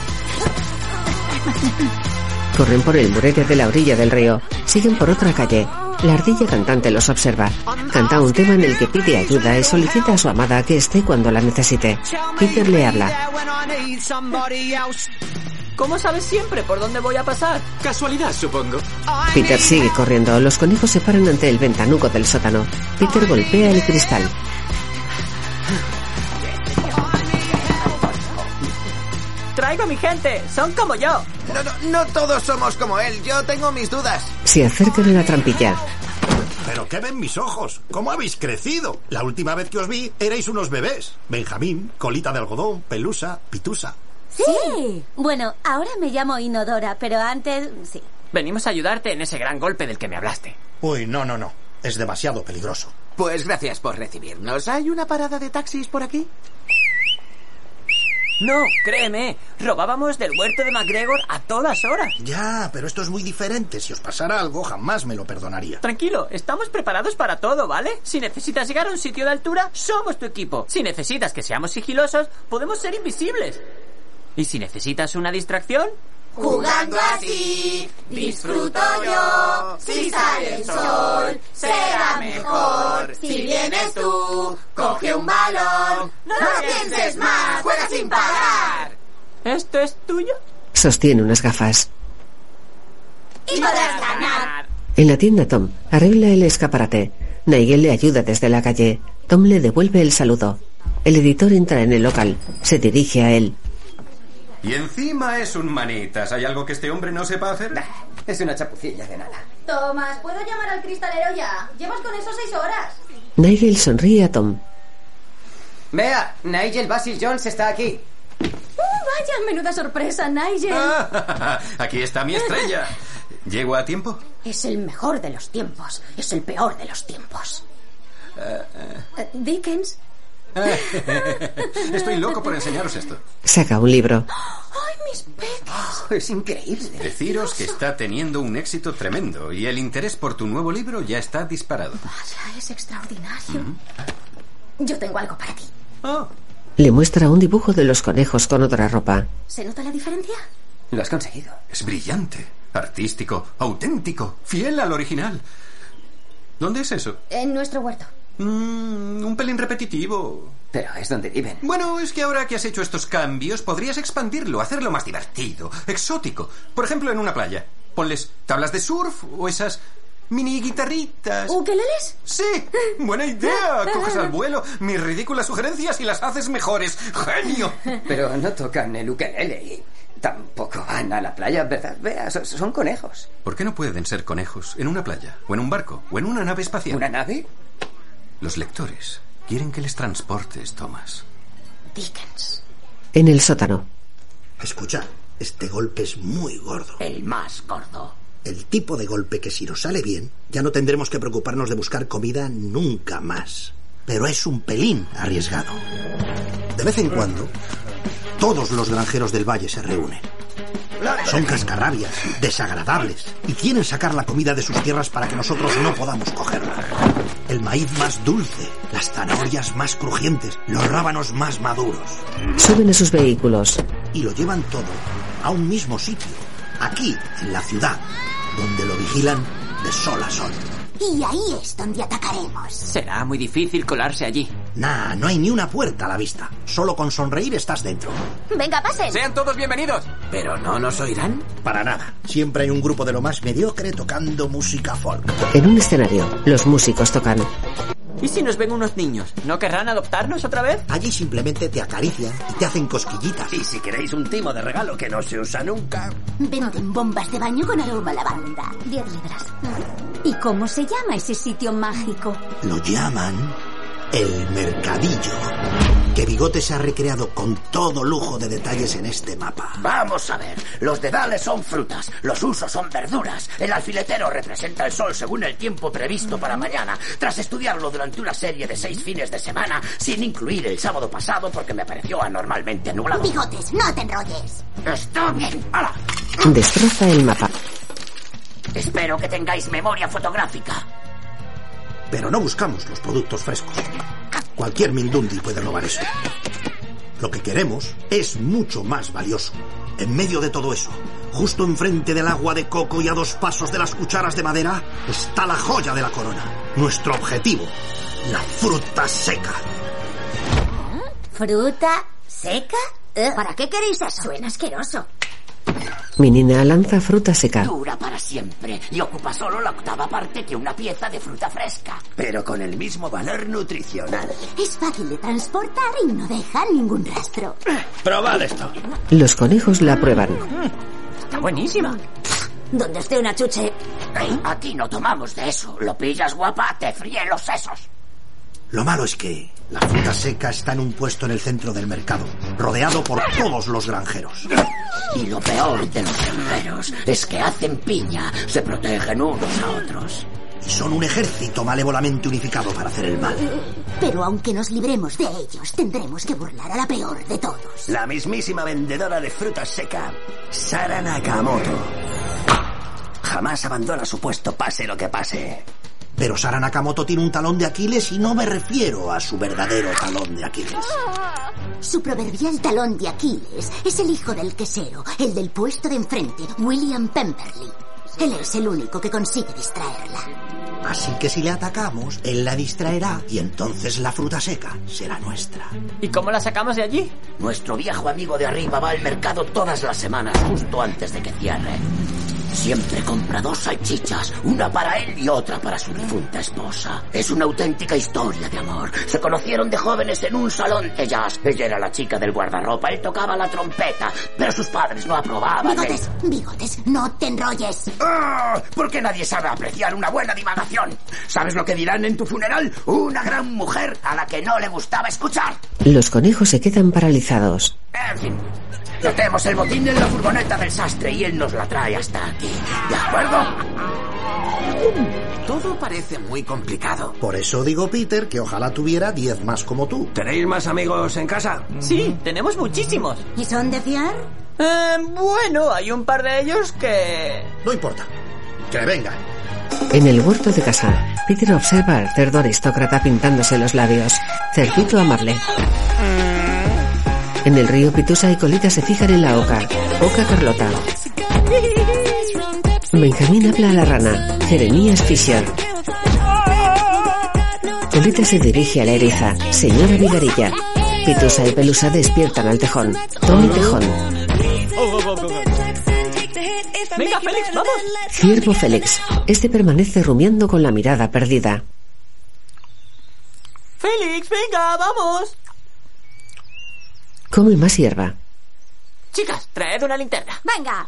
[SPEAKER 1] Corren por el murete de la orilla del río. Siguen por otra calle. La ardilla cantante los observa. Canta un tema en el que pide ayuda y solicita a su amada que esté cuando la necesite. Peter le habla.
[SPEAKER 5] ¿Cómo sabes siempre por dónde voy a pasar?
[SPEAKER 27] Casualidad, supongo.
[SPEAKER 1] Peter sigue corriendo. Los conejos se paran ante el ventanuco del sótano. Peter golpea el cristal.
[SPEAKER 5] Traigo a mi gente, son como yo.
[SPEAKER 21] No, no, no todos somos como él, yo tengo mis dudas.
[SPEAKER 1] Se acercan a la trampilla.
[SPEAKER 12] ¿Pero qué ven mis ojos? ¿Cómo habéis crecido? La última vez que os vi erais unos bebés. Benjamín, colita de algodón, pelusa, pitusa.
[SPEAKER 2] Sí. Bueno, ahora me llamo Inodora, pero antes sí.
[SPEAKER 5] Venimos a ayudarte en ese gran golpe del que me hablaste.
[SPEAKER 12] Uy, no, no, no. Es demasiado peligroso.
[SPEAKER 21] Pues gracias por recibirnos. ¿Hay una parada de taxis por aquí?
[SPEAKER 5] No, créeme, robábamos del huerto de MacGregor a todas horas.
[SPEAKER 12] Ya, pero esto es muy diferente. Si os pasara algo, jamás me lo perdonaría.
[SPEAKER 5] Tranquilo, estamos preparados para todo, ¿vale? Si necesitas llegar a un sitio de altura, somos tu equipo. Si necesitas que seamos sigilosos, podemos ser invisibles. Y si necesitas una distracción,
[SPEAKER 17] Jugando así, disfruto yo. Si sale el sol, será mejor. Si vienes tú, coge un balón. No lo pienses más, juega sin parar.
[SPEAKER 5] ¿esto es tuyo?
[SPEAKER 1] Sostiene unas gafas.
[SPEAKER 17] Y podrás ganar.
[SPEAKER 1] En la tienda Tom arregla el escaparate. Nigel le ayuda desde la calle. Tom le devuelve el saludo. El editor entra en el local. Se dirige a él.
[SPEAKER 23] Y encima es un manitas. ¿Hay algo que este hombre no sepa hacer?
[SPEAKER 10] es una chapucilla de nada.
[SPEAKER 9] Tomás, ¿puedo llamar al cristalero ya? Llevas con eso seis horas.
[SPEAKER 1] Nigel sonríe a Tom.
[SPEAKER 10] Vea, Nigel Basil Jones está aquí.
[SPEAKER 9] ¡Oh, vaya, menuda sorpresa, Nigel.
[SPEAKER 12] Ah.
[SPEAKER 23] Ah, Aquí está mi estrella. ¿Llego a tiempo?
[SPEAKER 9] Es el mejor de los tiempos. Es el peor de los tiempos.
[SPEAKER 23] Eh,
[SPEAKER 12] Ah.
[SPEAKER 9] Eh, Dickens.
[SPEAKER 23] eh. Estoy loco por enseñaros esto.
[SPEAKER 1] Saca un libro.
[SPEAKER 9] ¡Ay, mis peces!
[SPEAKER 12] Ah.
[SPEAKER 10] es increíble.
[SPEAKER 23] Deciros que está teniendo un éxito tremendo y el interés por tu nuevo libro ya está disparado.
[SPEAKER 9] Vaya, es extraordinario.
[SPEAKER 10] Mm-hmm.
[SPEAKER 9] Yo tengo algo para ti.
[SPEAKER 12] Oh.
[SPEAKER 1] Le muestra un dibujo de los conejos con otra ropa.
[SPEAKER 9] ¿Se nota la diferencia?
[SPEAKER 23] Lo has conseguido. Es brillante, artístico, auténtico, fiel al original. ¿Dónde es eso?
[SPEAKER 9] En nuestro huerto.
[SPEAKER 23] Mm, un pelín repetitivo.
[SPEAKER 10] Pero es donde viven.
[SPEAKER 23] Bueno, es que ahora que has hecho estos cambios, podrías expandirlo, hacerlo más divertido, exótico. Por ejemplo, en una playa. Ponles tablas de surf o esas mini guitarritas.
[SPEAKER 28] ¿Ukeleles?
[SPEAKER 23] Sí, buena idea. Coges al vuelo mis ridículas sugerencias y las haces mejores. ¡Genio!
[SPEAKER 10] Pero no tocan el ukelele y tampoco van a la playa, ¿verdad? Vea, so- son conejos.
[SPEAKER 29] ¿Por qué no pueden ser conejos en una playa, o en un barco, o en una nave espacial?
[SPEAKER 10] ¿Una nave?
[SPEAKER 29] Los lectores quieren que les transportes, Thomas.
[SPEAKER 2] Dickens.
[SPEAKER 1] En el sótano.
[SPEAKER 12] Escucha, este golpe es muy gordo.
[SPEAKER 6] El más gordo.
[SPEAKER 12] El tipo de golpe que si nos sale bien, ya no tendremos que preocuparnos de buscar comida nunca más. Pero es un pelín arriesgado. De vez en cuando, todos los granjeros del valle se reúnen. Son cascarrabias, desagradables, y quieren sacar la comida de sus tierras para que nosotros no podamos cogerla. El maíz más dulce, las zanahorias más crujientes, los rábanos más maduros.
[SPEAKER 1] Suben a sus vehículos.
[SPEAKER 12] Y lo llevan todo a un mismo sitio, aquí, en la ciudad, donde lo vigilan de sol a sol.
[SPEAKER 9] Y ahí es donde atacaremos.
[SPEAKER 5] Será muy difícil colarse allí.
[SPEAKER 12] Nah, no hay ni una puerta a la vista. Solo con sonreír estás dentro.
[SPEAKER 9] Venga, pasen.
[SPEAKER 5] Sean todos bienvenidos.
[SPEAKER 12] ¿Pero no nos oirán? Para nada. Siempre hay un grupo de lo más mediocre tocando música folk.
[SPEAKER 1] En un escenario, los músicos tocan.
[SPEAKER 5] ¿Y si nos ven unos niños? ¿No querrán adoptarnos otra vez?
[SPEAKER 12] Allí simplemente te acarician y te hacen cosquillitas.
[SPEAKER 30] Y si queréis un timo de regalo que no se usa nunca.
[SPEAKER 2] Venden bombas de baño con aroma a lavanda. Diez libras. ¿Y cómo se llama ese sitio mágico?
[SPEAKER 12] Lo llaman el mercadillo. Que Bigote se ha recreado con todo lujo de detalles en este mapa.
[SPEAKER 6] Vamos a ver. Los dedales son frutas, los usos son verduras. El alfiletero representa el sol según el tiempo previsto para mañana. Tras estudiarlo durante una serie de seis fines de semana, sin incluir el sábado pasado porque me pareció anormalmente nublado.
[SPEAKER 9] Bigotes, no te enrolles.
[SPEAKER 6] Está bien. ¡Hala!
[SPEAKER 1] Destroza el mapa.
[SPEAKER 6] Espero que tengáis memoria fotográfica.
[SPEAKER 12] Pero no buscamos los productos frescos. Cualquier Mindundi puede robar eso. Lo que queremos es mucho más valioso. En medio de todo eso, justo enfrente del agua de coco y a dos pasos de las cucharas de madera, está la joya de la corona. Nuestro objetivo, la fruta seca.
[SPEAKER 9] ¿Fruta seca? Eh, ¿Para qué queréis eso? Suena asqueroso.
[SPEAKER 1] Minina lanza fruta seca.
[SPEAKER 6] Dura para siempre y ocupa solo la octava parte que una pieza de fruta fresca.
[SPEAKER 30] Pero con el mismo valor nutricional.
[SPEAKER 2] Es fácil de transportar y no deja ningún rastro.
[SPEAKER 6] Eh,
[SPEAKER 30] Probad esto.
[SPEAKER 1] Los conejos la prueban.
[SPEAKER 6] Mm, Está buenísima.
[SPEAKER 2] Donde esté una chuche.
[SPEAKER 6] aquí no tomamos de eso. Lo pillas guapa, te fríen los sesos.
[SPEAKER 12] Lo malo es que la fruta seca está en un puesto en el centro del mercado, rodeado por todos los granjeros.
[SPEAKER 6] Y lo peor de los enfermos es que hacen piña, se protegen unos a otros.
[SPEAKER 12] Y son un ejército malévolamente unificado para hacer el mal.
[SPEAKER 9] Pero aunque nos libremos de ellos, tendremos que burlar a la peor de todos.
[SPEAKER 30] La mismísima vendedora de fruta seca, Sara Nakamoto. Jamás abandona su puesto, pase lo que pase.
[SPEAKER 12] Pero Sara Nakamoto tiene un talón de Aquiles y no me refiero a su verdadero talón de Aquiles.
[SPEAKER 9] Su proverbial talón de Aquiles es el hijo del quesero, el del puesto de enfrente, William Pemberley. Él es el único que consigue distraerla.
[SPEAKER 12] Así que si le atacamos, él la distraerá y entonces la fruta seca será nuestra.
[SPEAKER 5] ¿Y cómo la sacamos de allí?
[SPEAKER 6] Nuestro viejo amigo de arriba va al mercado todas las semanas, justo antes de que cierre. Siempre compra dos salchichas, una para él y otra para su difunta esposa. Es una auténtica historia de amor. Se conocieron de jóvenes en un salón de jazz. Ella era la chica del guardarropa, él tocaba la trompeta, pero sus padres no aprobaban. el-
[SPEAKER 9] Bigotes, bigotes, no te enrolles.
[SPEAKER 6] ¡Ah! Porque nadie sabe apreciar una buena divagación. ¿Sabes lo que dirán en tu funeral? Una gran mujer a la que no le gustaba escuchar.
[SPEAKER 1] Los conejos se quedan paralizados.
[SPEAKER 6] En fin, metemos el botín en la furgoneta del sastre y él nos la trae hasta aquí. ¿De acuerdo?
[SPEAKER 31] Todo parece muy complicado.
[SPEAKER 12] Por eso digo, Peter, que ojalá tuviera 10 más como tú.
[SPEAKER 30] ¿Tenéis más amigos en casa?
[SPEAKER 5] Sí, tenemos muchísimos.
[SPEAKER 32] ¿Y son de fiar?
[SPEAKER 5] Eh, bueno, hay un par de ellos que...
[SPEAKER 12] No importa. Que vengan.
[SPEAKER 1] En el huerto de casa, Peter observa al cerdo aristócrata pintándose los labios. Cerdito amable. En el río Pitusa y Colita se fijan en la oca. Oca Carlota. Benjamín habla a la rana. Jeremías Fisher. Colita se dirige a la eriza. Señora Vigarilla. Pitusa y Pelusa
[SPEAKER 6] Oh,
[SPEAKER 1] despiertan al tejón. Tony Tejón.
[SPEAKER 24] ¡Venga,
[SPEAKER 5] Venga,
[SPEAKER 24] Félix, vamos!
[SPEAKER 1] Ciervo Félix. Este permanece rumiando con la mirada perdida.
[SPEAKER 24] ¡Félix, venga, vamos!
[SPEAKER 1] Come más hierba.
[SPEAKER 24] Chicas, traed una linterna.
[SPEAKER 25] Venga.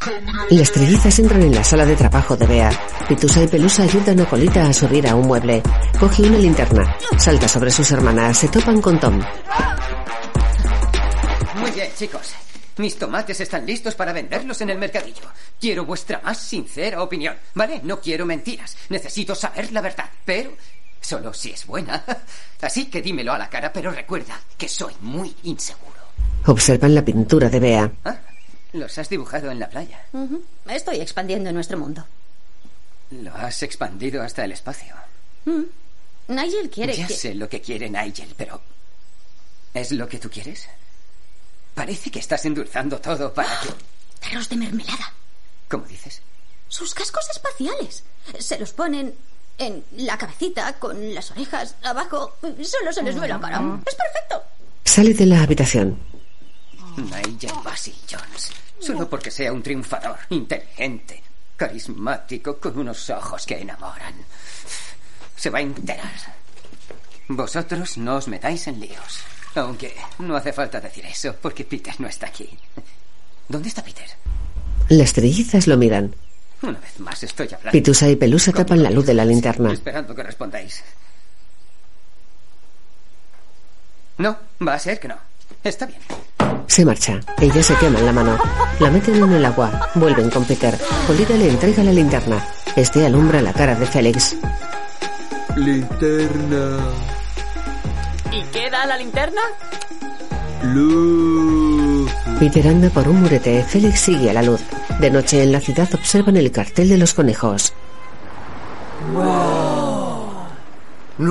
[SPEAKER 1] Las trillizas entran en la sala de trabajo de Bea. Pitusa y Pelusa ayudan a Colita a subir a un mueble. Coge una linterna. Salta sobre sus hermanas. Se topan con Tom.
[SPEAKER 10] Muy bien, chicos. Mis tomates están listos para venderlos en el mercadillo. Quiero vuestra más sincera opinión, ¿vale? No quiero mentiras. Necesito saber la verdad, pero solo si es buena. Así que dímelo a la cara, pero recuerda que soy muy inseguro.
[SPEAKER 1] Observan la pintura de Bea.
[SPEAKER 10] Ah, los has dibujado en la playa.
[SPEAKER 9] Ujú. Estoy expandiendo nuestro mundo.
[SPEAKER 10] Lo has expandido hasta el espacio.
[SPEAKER 9] Mm. Nigel quiere
[SPEAKER 10] Ya
[SPEAKER 9] que...
[SPEAKER 10] sé lo que quiere Nigel, pero... ¿Es lo que tú quieres? Parece que estás endulzando todo para que...
[SPEAKER 25] Tarros de mermelada.
[SPEAKER 10] ¿Cómo dices?
[SPEAKER 25] Sus cascos espaciales. Se los ponen en la cabecita, con las orejas abajo. Solo se les ve la cara. Es perfecto.
[SPEAKER 1] Sale de la habitación.
[SPEAKER 10] Nigel Bassey Jones. Solo porque sea un triunfador, inteligente, carismático, con unos ojos que enamoran. Se va a enterar. Vosotros no os metáis en líos. Aunque no hace falta decir eso, porque Peter no está aquí. ¿Dónde está Peter?
[SPEAKER 1] Las trillizas lo miran.
[SPEAKER 10] Una vez más estoy hablando.
[SPEAKER 1] Pitusa y Pelusa tapan la luz de la linterna.
[SPEAKER 10] Esperando que respondáis. No, va a ser que no. Está bien.
[SPEAKER 1] Se marcha. Ella se quema en la mano. La meten en el agua. Vuelven con Peter. Colita le entrega la linterna. Este alumbra la cara de Félix.
[SPEAKER 19] Linterna.
[SPEAKER 24] ¿Y qué da la linterna?
[SPEAKER 19] Luz.
[SPEAKER 1] Peter anda por un murete. Félix sigue a la luz. De noche en la ciudad observan el cartel de los conejos.
[SPEAKER 19] No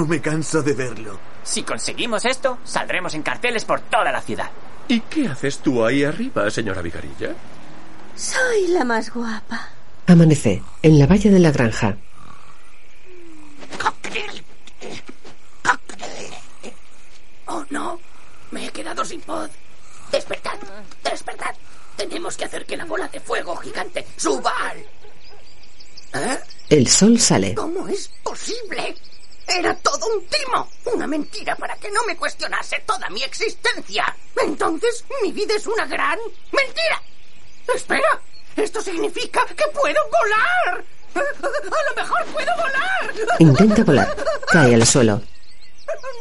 [SPEAKER 19] me canso de verlo.
[SPEAKER 5] Si conseguimos esto, saldremos en carteles por toda la ciudad.
[SPEAKER 19] ¿Y qué haces tú ahí arriba, señora Vigarilla?
[SPEAKER 2] Soy la más guapa.
[SPEAKER 1] Amanece. En la valla de la granja.
[SPEAKER 6] Oh, no. Me he quedado sin voz. Despertad, despertad. Tenemos que hacer que la bola de fuego gigante suba al... ¿Eh?
[SPEAKER 1] El sol sale.
[SPEAKER 6] ¿Cómo es posible? Era todo un timo, una mentira para que no me cuestionase toda mi existencia. Entonces, mi vida es una gran mentira. Espera, esto significa que puedo volar. A lo mejor puedo volar.
[SPEAKER 1] Intenta volar. Cae al suelo.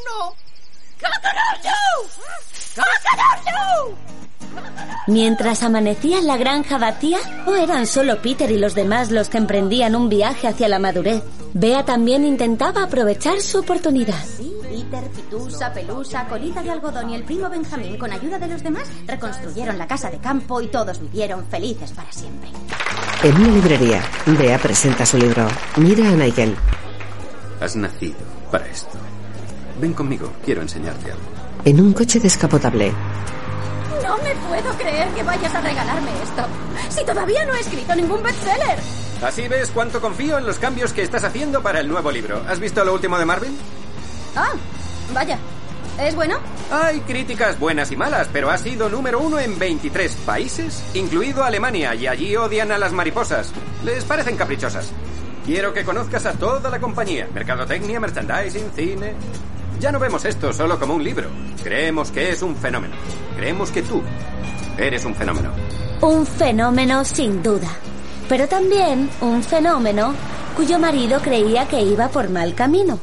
[SPEAKER 6] No. ¡Coconut! ¡Coconut!
[SPEAKER 2] Mientras amanecía la granja batía, o eran solo Peter y los demás los que emprendían un viaje hacia la madurez, Bea también intentaba aprovechar su oportunidad.
[SPEAKER 9] Peter, Pitusa, Pelusa, Colita de Algodón y el primo Benjamín, con ayuda de los demás, reconstruyeron la casa de campo y todos vivieron felices para siempre.
[SPEAKER 1] En una librería. Bea presenta su libro. Mira a Nigel.
[SPEAKER 23] Has nacido para esto. Ven conmigo, quiero enseñarte algo.
[SPEAKER 1] En un coche descapotable.
[SPEAKER 9] No me puedo creer que vayas a regalarme esto. Si todavía no he escrito ningún bestseller.
[SPEAKER 18] Así ves cuánto confío en los cambios que estás haciendo para el nuevo libro. ¿Has visto lo último de Marvel?
[SPEAKER 9] Ah, vaya. ¿Es bueno?
[SPEAKER 18] Hay críticas buenas y malas, pero ha sido número uno en 23 países, incluido Alemania, y allí odian a las mariposas. Les parecen caprichosas. Quiero que conozcas a toda la compañía. Mercadotecnia, merchandising, cine... Ya no vemos esto solo como un libro. Creemos que es un fenómeno. Creemos que tú eres un fenómeno.
[SPEAKER 2] Un fenómeno sin duda, pero también un fenómeno cuyo marido creía que iba por mal camino.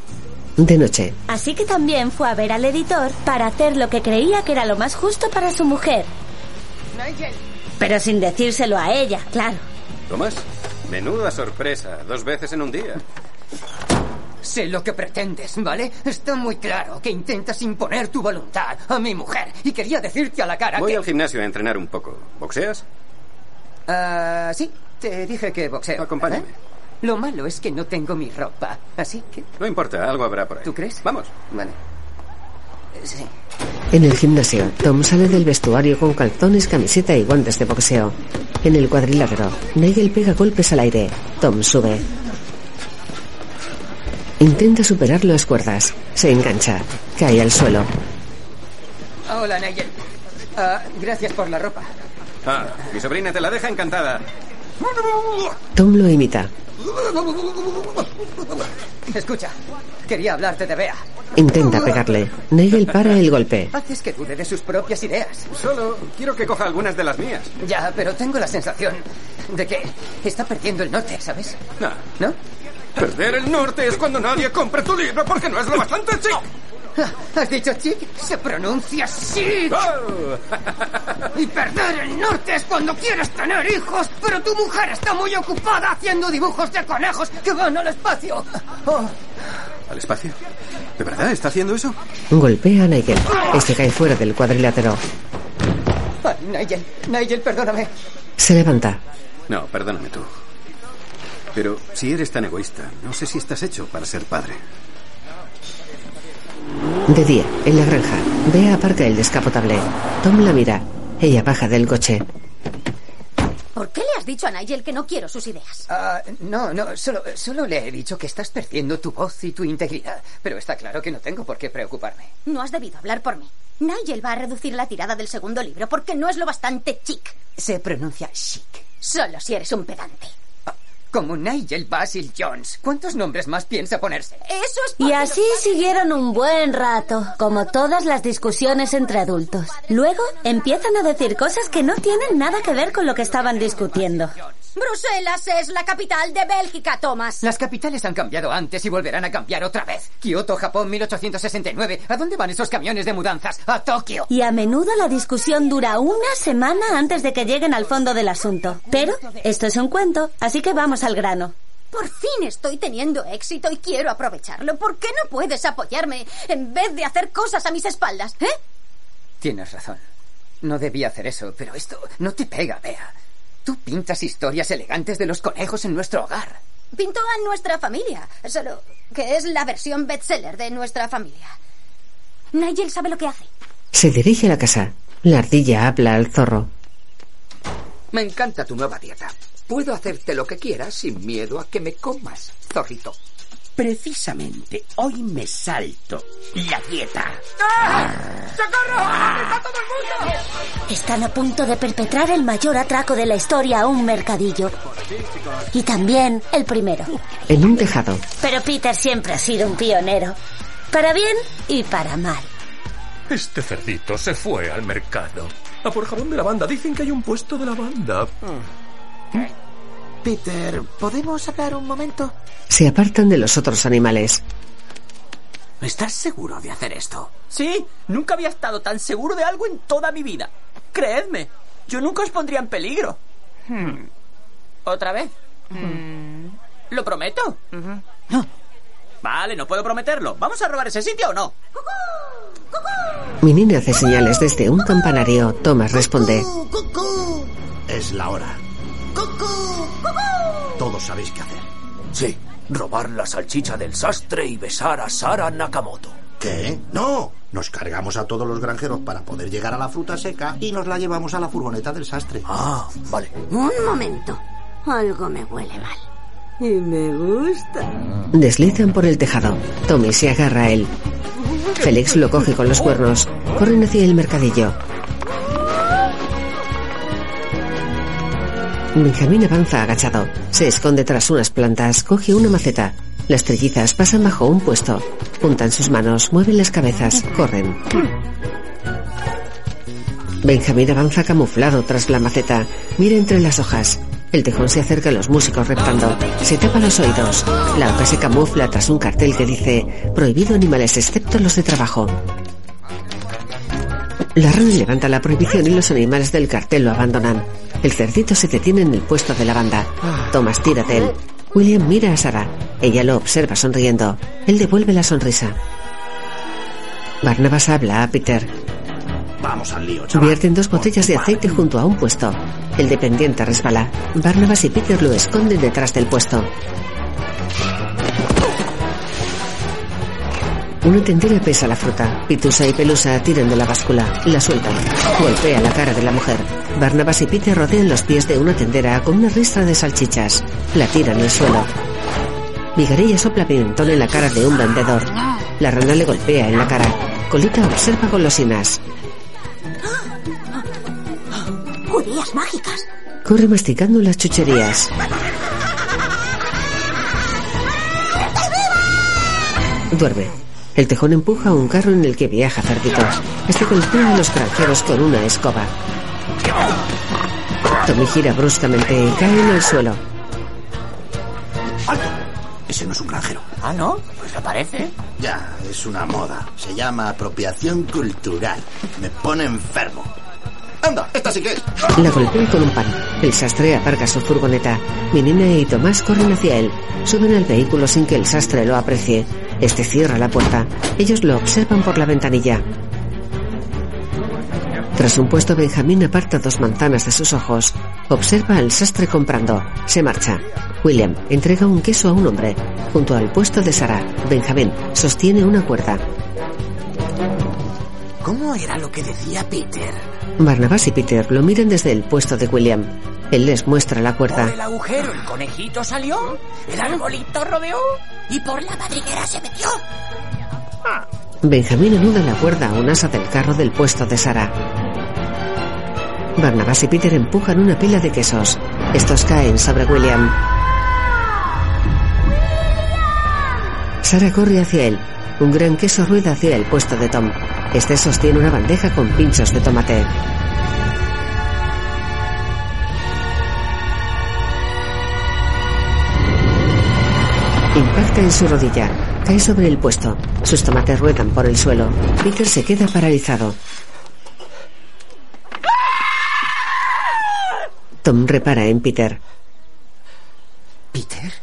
[SPEAKER 1] De noche.
[SPEAKER 2] Así que también fue a ver al editor para hacer lo que creía que era lo más justo para su mujer,
[SPEAKER 26] Nigel.
[SPEAKER 2] pero sin decírselo a ella, claro.
[SPEAKER 18] Tomás, menuda sorpresa. Dos veces en un día.
[SPEAKER 10] Sé lo que pretendes, ¿vale? Está muy claro que intentas imponer tu voluntad a mi mujer. Y quería decirte a la cara
[SPEAKER 18] Voy
[SPEAKER 10] que...
[SPEAKER 18] al gimnasio a entrenar un poco. ¿Boxeas?
[SPEAKER 10] Ah, sí, te dije que boxeo. Acompáñame. Lo malo es que no tengo mi ropa, así que...
[SPEAKER 18] No importa, algo habrá por ahí. ¿Tú
[SPEAKER 10] crees?
[SPEAKER 18] Vamos.
[SPEAKER 10] Vale. Sí.
[SPEAKER 1] En el gimnasio, Tom sale del vestuario con calzones, camiseta y guantes de boxeo. En el cuadrilátero, Nigel pega golpes al aire. Tom sube. Intenta superar las cuerdas. Se engancha. Cae al suelo.
[SPEAKER 10] Hola, Nigel. Ah, gracias por la ropa.
[SPEAKER 18] Ah, mi sobrina te la deja encantada.
[SPEAKER 1] Tom lo imita.
[SPEAKER 10] Escucha, quería hablarte de Bea.
[SPEAKER 1] Intenta pegarle. Nigel para el golpe.
[SPEAKER 10] Haces que dude de sus propias ideas.
[SPEAKER 18] Solo quiero que coja algunas de las mías.
[SPEAKER 10] Ya, pero tengo la sensación de que está perdiendo el norte, ¿sabes?
[SPEAKER 18] No.
[SPEAKER 10] ¿No?
[SPEAKER 18] Ah. Perder el norte es cuando nadie compre tu libro porque no es lo bastante chic.
[SPEAKER 10] ¿Has dicho chic? Se pronuncia
[SPEAKER 26] chic.
[SPEAKER 18] Ah.
[SPEAKER 26] Y perder el norte es cuando quieres tener hijos, pero tu mujer está muy ocupada haciendo dibujos de conejos que van al espacio. Oh,
[SPEAKER 18] ¿Al espacio? ¿De verdad está haciendo eso?
[SPEAKER 1] Golpea a Nigel. Este cae fuera del cuadrilátero.
[SPEAKER 10] ay, ah, Nigel, Nigel, perdóname.
[SPEAKER 1] Se levanta.
[SPEAKER 18] No, perdóname tú. Pero si eres tan egoísta, no sé si estás hecho para ser padre.
[SPEAKER 1] De día, en la granja, Bea aparca el descapotable. Tom la mira. Ella baja del coche.
[SPEAKER 9] ¿Por qué le has dicho a Nigel que no quiero sus ideas?
[SPEAKER 10] Ah, no, no, solo, solo le he dicho que estás perdiendo tu voz y tu integridad. Pero está claro que no tengo por qué preocuparme.
[SPEAKER 9] No has debido hablar por mí. Nigel va a reducir la tirada del segundo libro porque no es lo bastante chic.
[SPEAKER 10] Se pronuncia chic.
[SPEAKER 9] Solo si eres un pedante.
[SPEAKER 10] Como Nigel Basil Jones. ¿Cuántos nombres más piensa ponerse?
[SPEAKER 9] Eso es...
[SPEAKER 2] Y así siguieron un buen rato, como todas las discusiones entre adultos. Luego empiezan a decir cosas que no tienen nada que ver con lo que estaban discutiendo.
[SPEAKER 9] Bruselas es la capital de Bélgica, Thomas.
[SPEAKER 10] Las capitales han cambiado antes y volverán a cambiar otra vez. Kioto, Japón, 1869. ¿A dónde van esos camiones de mudanzas? A Tokio.
[SPEAKER 2] Y a menudo la discusión dura una semana antes de que lleguen al fondo del asunto. Pero esto es un cuento, así que vamos al grano.
[SPEAKER 9] Por fin estoy teniendo éxito y quiero aprovecharlo. ¿Por qué no puedes apoyarme en vez de hacer cosas a mis espaldas? ¿Eh?
[SPEAKER 10] Tienes razón. No debía hacer eso, pero esto no te pega, Bea. Tú pintas historias elegantes de los conejos en nuestro hogar.
[SPEAKER 9] Pintó a nuestra familia, solo que es la versión bestseller de nuestra familia. Nigel sabe lo que hace.
[SPEAKER 1] Se dirige a la casa. La ardilla habla al zorro.
[SPEAKER 4] Me encanta tu nueva dieta. Puedo hacerte lo que quieras sin miedo a que me comas, zorrito.
[SPEAKER 6] Precisamente, hoy me salto la dieta. ¡Ah!
[SPEAKER 8] ¡Socorro! ¡Está todo el mundo!
[SPEAKER 2] Están a punto de perpetrar el mayor atraco de la historia a un mercadillo. Y también el primero.
[SPEAKER 1] En un tejado,
[SPEAKER 2] Pero Peter siempre ha sido un pionero. Para bien y para mal.
[SPEAKER 19] Este cerdito se fue al mercado. A por jabón de lavanda. Dicen que hay un puesto de lavanda.
[SPEAKER 21] Hmm. Peter, ¿podemos hablar un momento?
[SPEAKER 1] se apartan de los otros animales.
[SPEAKER 6] ¿Estás seguro de hacer esto?
[SPEAKER 5] Sí, nunca había estado tan seguro de algo en toda mi vida. Creedme, yo nunca os pondría en peligro.
[SPEAKER 8] Hmm.
[SPEAKER 5] ¿Otra vez? ¿Lo prometo? Ah. Vale, no puedo prometerlo. ¿Vamos a robar ese sitio o no?
[SPEAKER 1] Minnie hace señales desde un campanario. Thomas responde.
[SPEAKER 27] Es la hora. Todos sabéis qué hacer.
[SPEAKER 4] Sí, robar la salchicha del sastre y besar a Sara Nakamoto.
[SPEAKER 27] ¿Qué? ¡No! Nos cargamos a todos los granjeros para poder llegar a la fruta seca y nos la llevamos a la furgoneta del sastre.
[SPEAKER 4] Ah, vale.
[SPEAKER 20] Un momento. Algo me huele mal. Y me gusta.
[SPEAKER 1] Deslizan por el tejado. Tommy se agarra a él. Félix lo coge con los cuernos. Corren hacia el mercadillo. Benjamín avanza agachado. Se esconde tras unas plantas. Coge una maceta. Las trillizas pasan bajo un puesto. Juntan sus manos, mueven las cabezas, corren. Benjamín avanza camuflado tras la maceta. Mira entre las hojas. El tejón se acerca a los músicos reptando. Se tapa los oídos. La oca se camufla tras un cartel que dice prohibido animales excepto los de trabajo. La red levanta la prohibición y los animales del cartel lo abandonan. El cerdito se detiene en el puesto de la banda. Thomas tira de él. William mira a Sara. Ella lo observa sonriendo. Él devuelve la sonrisa. Barnabas habla a Peter.
[SPEAKER 27] Vamos al lío, chaval.
[SPEAKER 1] Vierten dos botellas de aceite junto a un puesto. El dependiente resbala. Barnabas y Peter lo esconden detrás del puesto. Una tendera pesa la fruta. Pitusa y Pelusa tiran de la báscula. La sueltan. Golpea la cara de la mujer. Barnabas y Peter rodean los pies de una tendera con una ristra de salchichas. La tiran al suelo. Vigarella sopla pimentón en la cara de un vendedor. La rana le golpea en la cara. Colita observa golosinas.
[SPEAKER 20] Judías mágicas.
[SPEAKER 1] Corre masticando las chucherías. Duerme. El tejón empuja un carro en el que viaja Cerdito. Este golpea a los granjeros con una escoba. Tommy gira bruscamente y cae en el suelo.
[SPEAKER 12] Ese no es un granjero.
[SPEAKER 33] Ah, ¿no? Pues lo parece.
[SPEAKER 12] Ya, es una moda. Se llama apropiación cultural. Me pone enfermo. Anda, esta sí que es.
[SPEAKER 1] La golpea con un pan. El sastre aparca su furgoneta. Minina y Tomás corren hacia él. Suben al vehículo sin que el sastre lo aprecie. Este cierra la puerta. Ellos lo observan por la ventanilla. Tras un puesto, Benjamín aparta dos manzanas de sus ojos. Observa al sastre comprando. Se marcha. William entrega un queso a un hombre. Junto al puesto de Sara, Benjamín sostiene una cuerda.
[SPEAKER 6] ¿Cómo era lo que decía Peter?
[SPEAKER 1] Barnabas y Peter lo miran desde el puesto de William. Él les muestra la
[SPEAKER 33] Por el
[SPEAKER 1] cuerda.
[SPEAKER 33] agujero el conejito salió, el arbolito rodeó y por la madriguera se metió.
[SPEAKER 1] Benjamín anuda la cuerda a un asa del carro del puesto de Sara. Barnabas y Peter empujan una pila de quesos. Estos caen sobre William. Sara corre hacia él. Un gran queso rueda hacia el puesto de Tom. Este sostiene una bandeja con pinchos de tomate. Impacta en su rodilla. Cae sobre el puesto. Sus tomates ruedan por el suelo. Peter se queda paralizado. Tom repara en Peter.
[SPEAKER 34] ¿Peter?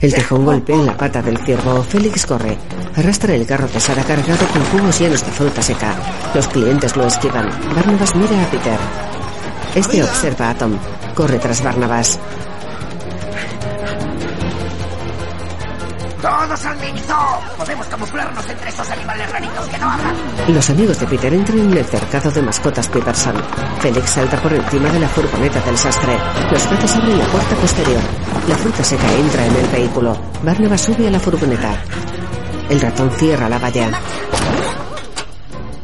[SPEAKER 1] El tejón golpea en la pata del ciervo. Félix corre. Arrastra el carro de Sara cargado con jugos llenos de fruta seca. Los clientes lo esquivan. Barnabas mira a Peter. Este observa a Tom. Corre tras Barnabas.
[SPEAKER 35] ¡Todos al nidito! Podemos camuflarnos entre esos animales raritos que no hablan.
[SPEAKER 1] Los amigos de Peter entran en el cercado de mascotas Peterson. Félix salta por encima de la furgoneta del sastre. Los gatos abren la puerta posterior. La fruta seca entra en el vehículo. Barnabas sube a la furgoneta. El ratón cierra la valla.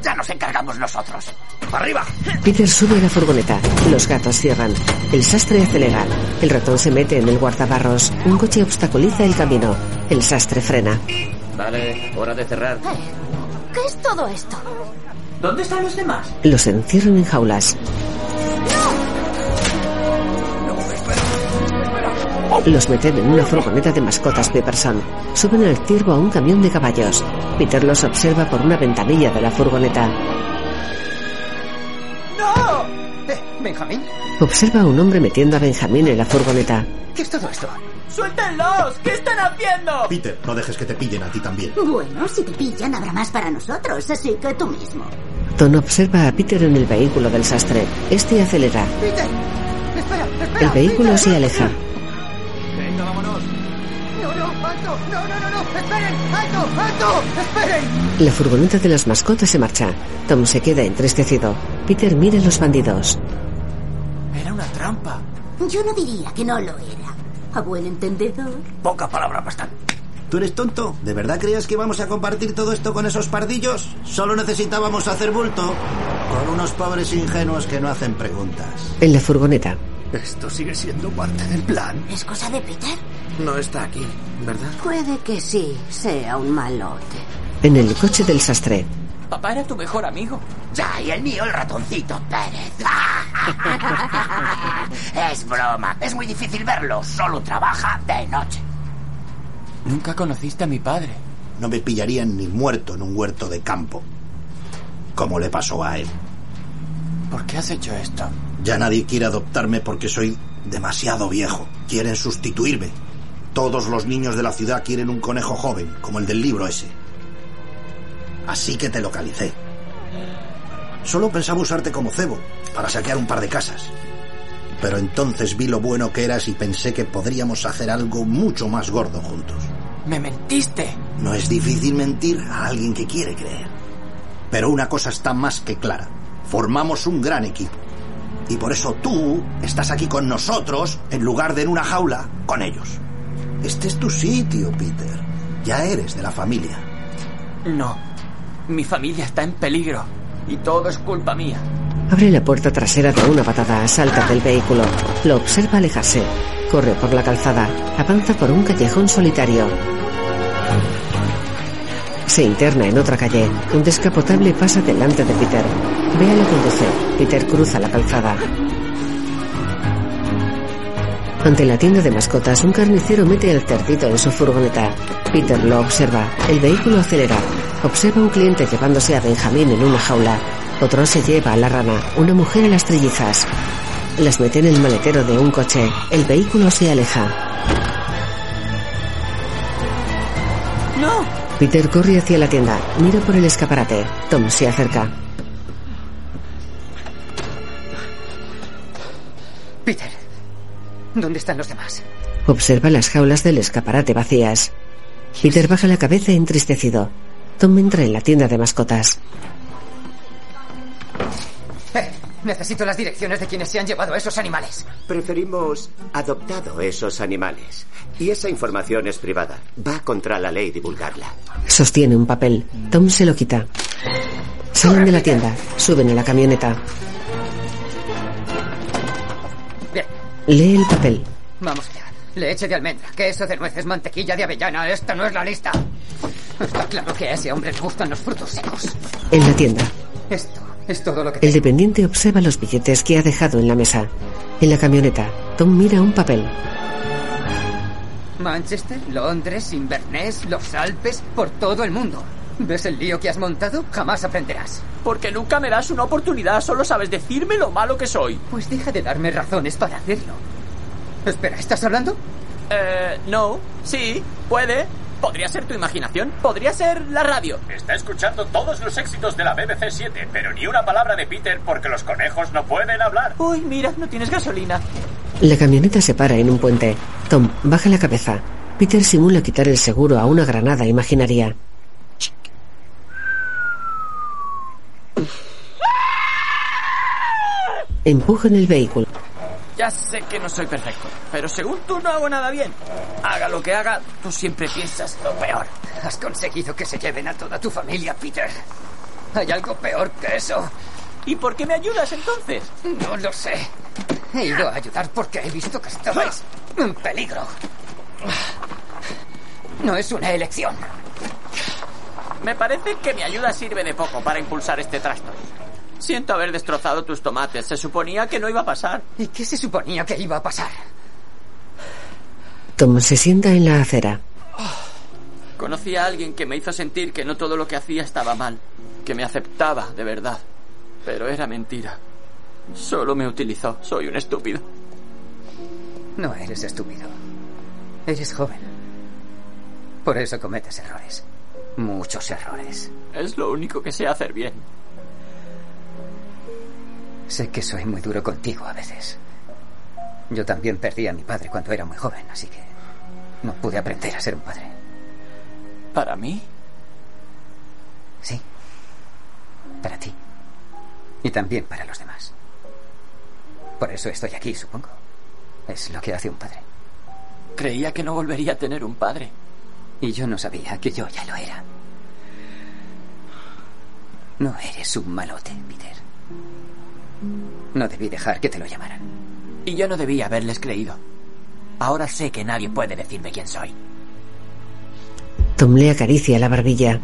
[SPEAKER 35] Ya nos encargamos nosotros. ¡Arriba!
[SPEAKER 1] Peter sube a la furgoneta. Los gatos cierran. El sastre acelera. El ratón se mete en el guardabarros. Un coche obstaculiza el camino. El sastre frena.
[SPEAKER 5] Vale, hora de cerrar.
[SPEAKER 36] ¿Qué es todo esto?
[SPEAKER 5] ¿Dónde están los demás?
[SPEAKER 1] Los encierran en jaulas. Los meten en una furgoneta de mascotas Peterson. Suben al ciervo a un camión de caballos. Peter los observa por una ventanilla de la furgoneta.
[SPEAKER 8] ¡No! Eh, Benjamín,
[SPEAKER 1] Observa a un hombre metiendo a Benjamín en la furgoneta.
[SPEAKER 8] ¿qué es todo esto?
[SPEAKER 33] ¡Suéltenlos! ¿Qué están haciendo?
[SPEAKER 12] Peter, no dejes que te pillen a ti también.
[SPEAKER 9] Bueno, si te pillan habrá más para nosotros, así que tú mismo.
[SPEAKER 1] Tom observa a Peter en el vehículo del sastre. Este acelera.
[SPEAKER 8] Peter, Eh, espera, espera.
[SPEAKER 1] El vehículo
[SPEAKER 8] Peter.
[SPEAKER 1] se aleja.
[SPEAKER 8] Venga, vámonos. No, no, alto. No, no, no, no. Esperen, alto, alto. Esperen.
[SPEAKER 1] La furgoneta de las mascotas se marcha. Tom se queda entristecido. Peter mira a los bandidos.
[SPEAKER 9] Era una trampa. Yo no diría que no lo era. Abuelo entendedor.
[SPEAKER 37] Poca palabra bastan.
[SPEAKER 12] ¿Tú eres tonto? ¿De verdad crees que vamos a compartir todo esto con esos pardillos? Solo necesitábamos hacer bulto con unos pobres ingenuos que no hacen preguntas.
[SPEAKER 1] En la furgoneta.
[SPEAKER 12] Esto sigue siendo parte del plan.
[SPEAKER 9] ¿Es cosa de Peter?
[SPEAKER 12] No está aquí, ¿verdad?
[SPEAKER 38] Puede que sí, sea un malote.
[SPEAKER 1] En el coche del sastre.
[SPEAKER 33] Papá era tu mejor amigo.
[SPEAKER 6] Ya, y el mío, el ratoncito Pérez. es broma. Es muy difícil verlo. Solo trabaja de noche.
[SPEAKER 12] Nunca conociste a mi padre. No me pillarían ni muerto en un huerto de campo. Como le pasó a él.
[SPEAKER 39] ¿Por qué has hecho esto?
[SPEAKER 12] Ya nadie quiere adoptarme porque soy demasiado viejo. Quieren sustituirme. Todos los niños de la ciudad quieren un conejo joven, como el del libro ese. Así que te localicé. Solo pensaba usarte como cebo, para saquear un par de casas. Pero entonces vi lo bueno que eras y pensé que podríamos hacer algo mucho más gordo juntos.
[SPEAKER 39] Me mentiste.
[SPEAKER 12] No es difícil mentir a alguien que quiere creer. Pero una cosa está más que clara. Formamos un gran equipo. Y por eso tú estás aquí con nosotros en lugar de en una jaula con ellos. Este es tu sitio, Peter. Ya eres de la familia.
[SPEAKER 5] No. Mi familia está en peligro. Y todo es culpa mía.
[SPEAKER 1] Abre la puerta trasera de una patada, salta del vehículo. Lo observa alejarse. Corre por la calzada. Avanza por un callejón solitario. Se interna en otra calle. Un descapotable pasa delante de Peter. Bea lo conduce. Peter cruza la calzada. Ante la tienda de mascotas, un carnicero mete al cerdito en su furgoneta. Peter lo observa. El vehículo acelera. Observa un cliente llevándose a Benjamín en una jaula. Otro se lleva a la rana, una mujer a las trillizas. Las mete en el maletero de un coche. El vehículo se aleja.
[SPEAKER 5] ¡No!
[SPEAKER 1] Peter corre hacia la tienda. Mira por el escaparate. Tom se acerca.
[SPEAKER 10] Peter, ¿dónde están los demás?
[SPEAKER 1] Observa las jaulas del escaparate vacías. Peter baja la cabeza entristecido. Tom entra en la tienda de mascotas.
[SPEAKER 10] Eh, necesito las direcciones de quienes se han llevado a esos animales.
[SPEAKER 40] Preferimos adoptado esos animales. Y esa información es privada. Va contra la ley divulgarla.
[SPEAKER 1] Sostiene un papel. Tom se lo quita. Salen de la tienda. Suben a la camioneta.
[SPEAKER 10] Bien.
[SPEAKER 1] Lee el papel.
[SPEAKER 10] Vamos allá. Leche de almendra, queso de nueces, mantequilla de avellana. Esta no es la lista. Está claro que a ese hombre le gustan los frutos secos.
[SPEAKER 1] En la tienda.
[SPEAKER 10] Esto es todo lo que
[SPEAKER 1] El
[SPEAKER 10] tengo.
[SPEAKER 1] dependiente observa los billetes que ha dejado en la mesa. En la camioneta, Tom mira un papel.
[SPEAKER 10] Manchester, Londres, Inverness, los Alpes, por todo el mundo. ¿Ves el lío que has montado? Jamás aprenderás.
[SPEAKER 5] Porque nunca me das una oportunidad, solo sabes decirme lo malo que soy.
[SPEAKER 10] Pues deja de darme razones para hacerlo. Espera, ¿estás hablando?
[SPEAKER 5] Eh, no, sí, puede. Podría ser tu imaginación, podría ser la radio.
[SPEAKER 41] Está escuchando todos los éxitos de la BBC 7, pero ni una palabra de Peter porque los conejos no pueden hablar.
[SPEAKER 5] Uy, mira, no tienes gasolina.
[SPEAKER 1] La camioneta se para en un puente. Tom baja la cabeza. Peter simula quitar el seguro a una granada imaginaria. Empuja en el vehículo.
[SPEAKER 42] Ya sé que no soy perfecto, pero según tú no hago nada bien. Haga lo que haga, tú siempre piensas lo peor.
[SPEAKER 10] Has conseguido que se lleven a toda tu familia, Peter. Hay algo peor que eso.
[SPEAKER 5] ¿Y por qué me ayudas entonces?
[SPEAKER 10] No lo sé. He ido a ayudar porque he visto que estabais en peligro. No es una elección.
[SPEAKER 5] Me parece que mi ayuda sirve de poco para impulsar este trasto. Siento haber destrozado tus tomates. Se suponía que no iba a pasar.
[SPEAKER 10] ¿Y qué se suponía que iba a pasar?
[SPEAKER 1] Tom se sienta en la acera.
[SPEAKER 42] Conocí a alguien que me hizo sentir que no todo lo que hacía estaba mal, que me aceptaba de verdad. Pero era mentira. Solo me utilizó. Soy un estúpido.
[SPEAKER 10] No eres estúpido. Eres joven. Por eso cometes errores. Muchos errores.
[SPEAKER 5] Es lo único que sé hacer bien.
[SPEAKER 10] Sé que soy muy duro contigo a veces. Yo también perdí a mi padre cuando era muy joven, así que no pude aprender a ser un padre.
[SPEAKER 5] ¿Para mí?
[SPEAKER 10] Sí. Para ti. Y también para los demás. Por eso estoy aquí, supongo. Es lo que hace un padre.
[SPEAKER 5] Creía que no volvería a tener un padre.
[SPEAKER 10] Y yo no sabía que yo ya lo era. No eres un malote, Peter. No debí dejar que te lo llamaran.
[SPEAKER 5] Y yo no debía haberles creído. Ahora sé que nadie puede decirme quién soy.
[SPEAKER 1] Tom le acaricia la barbilla.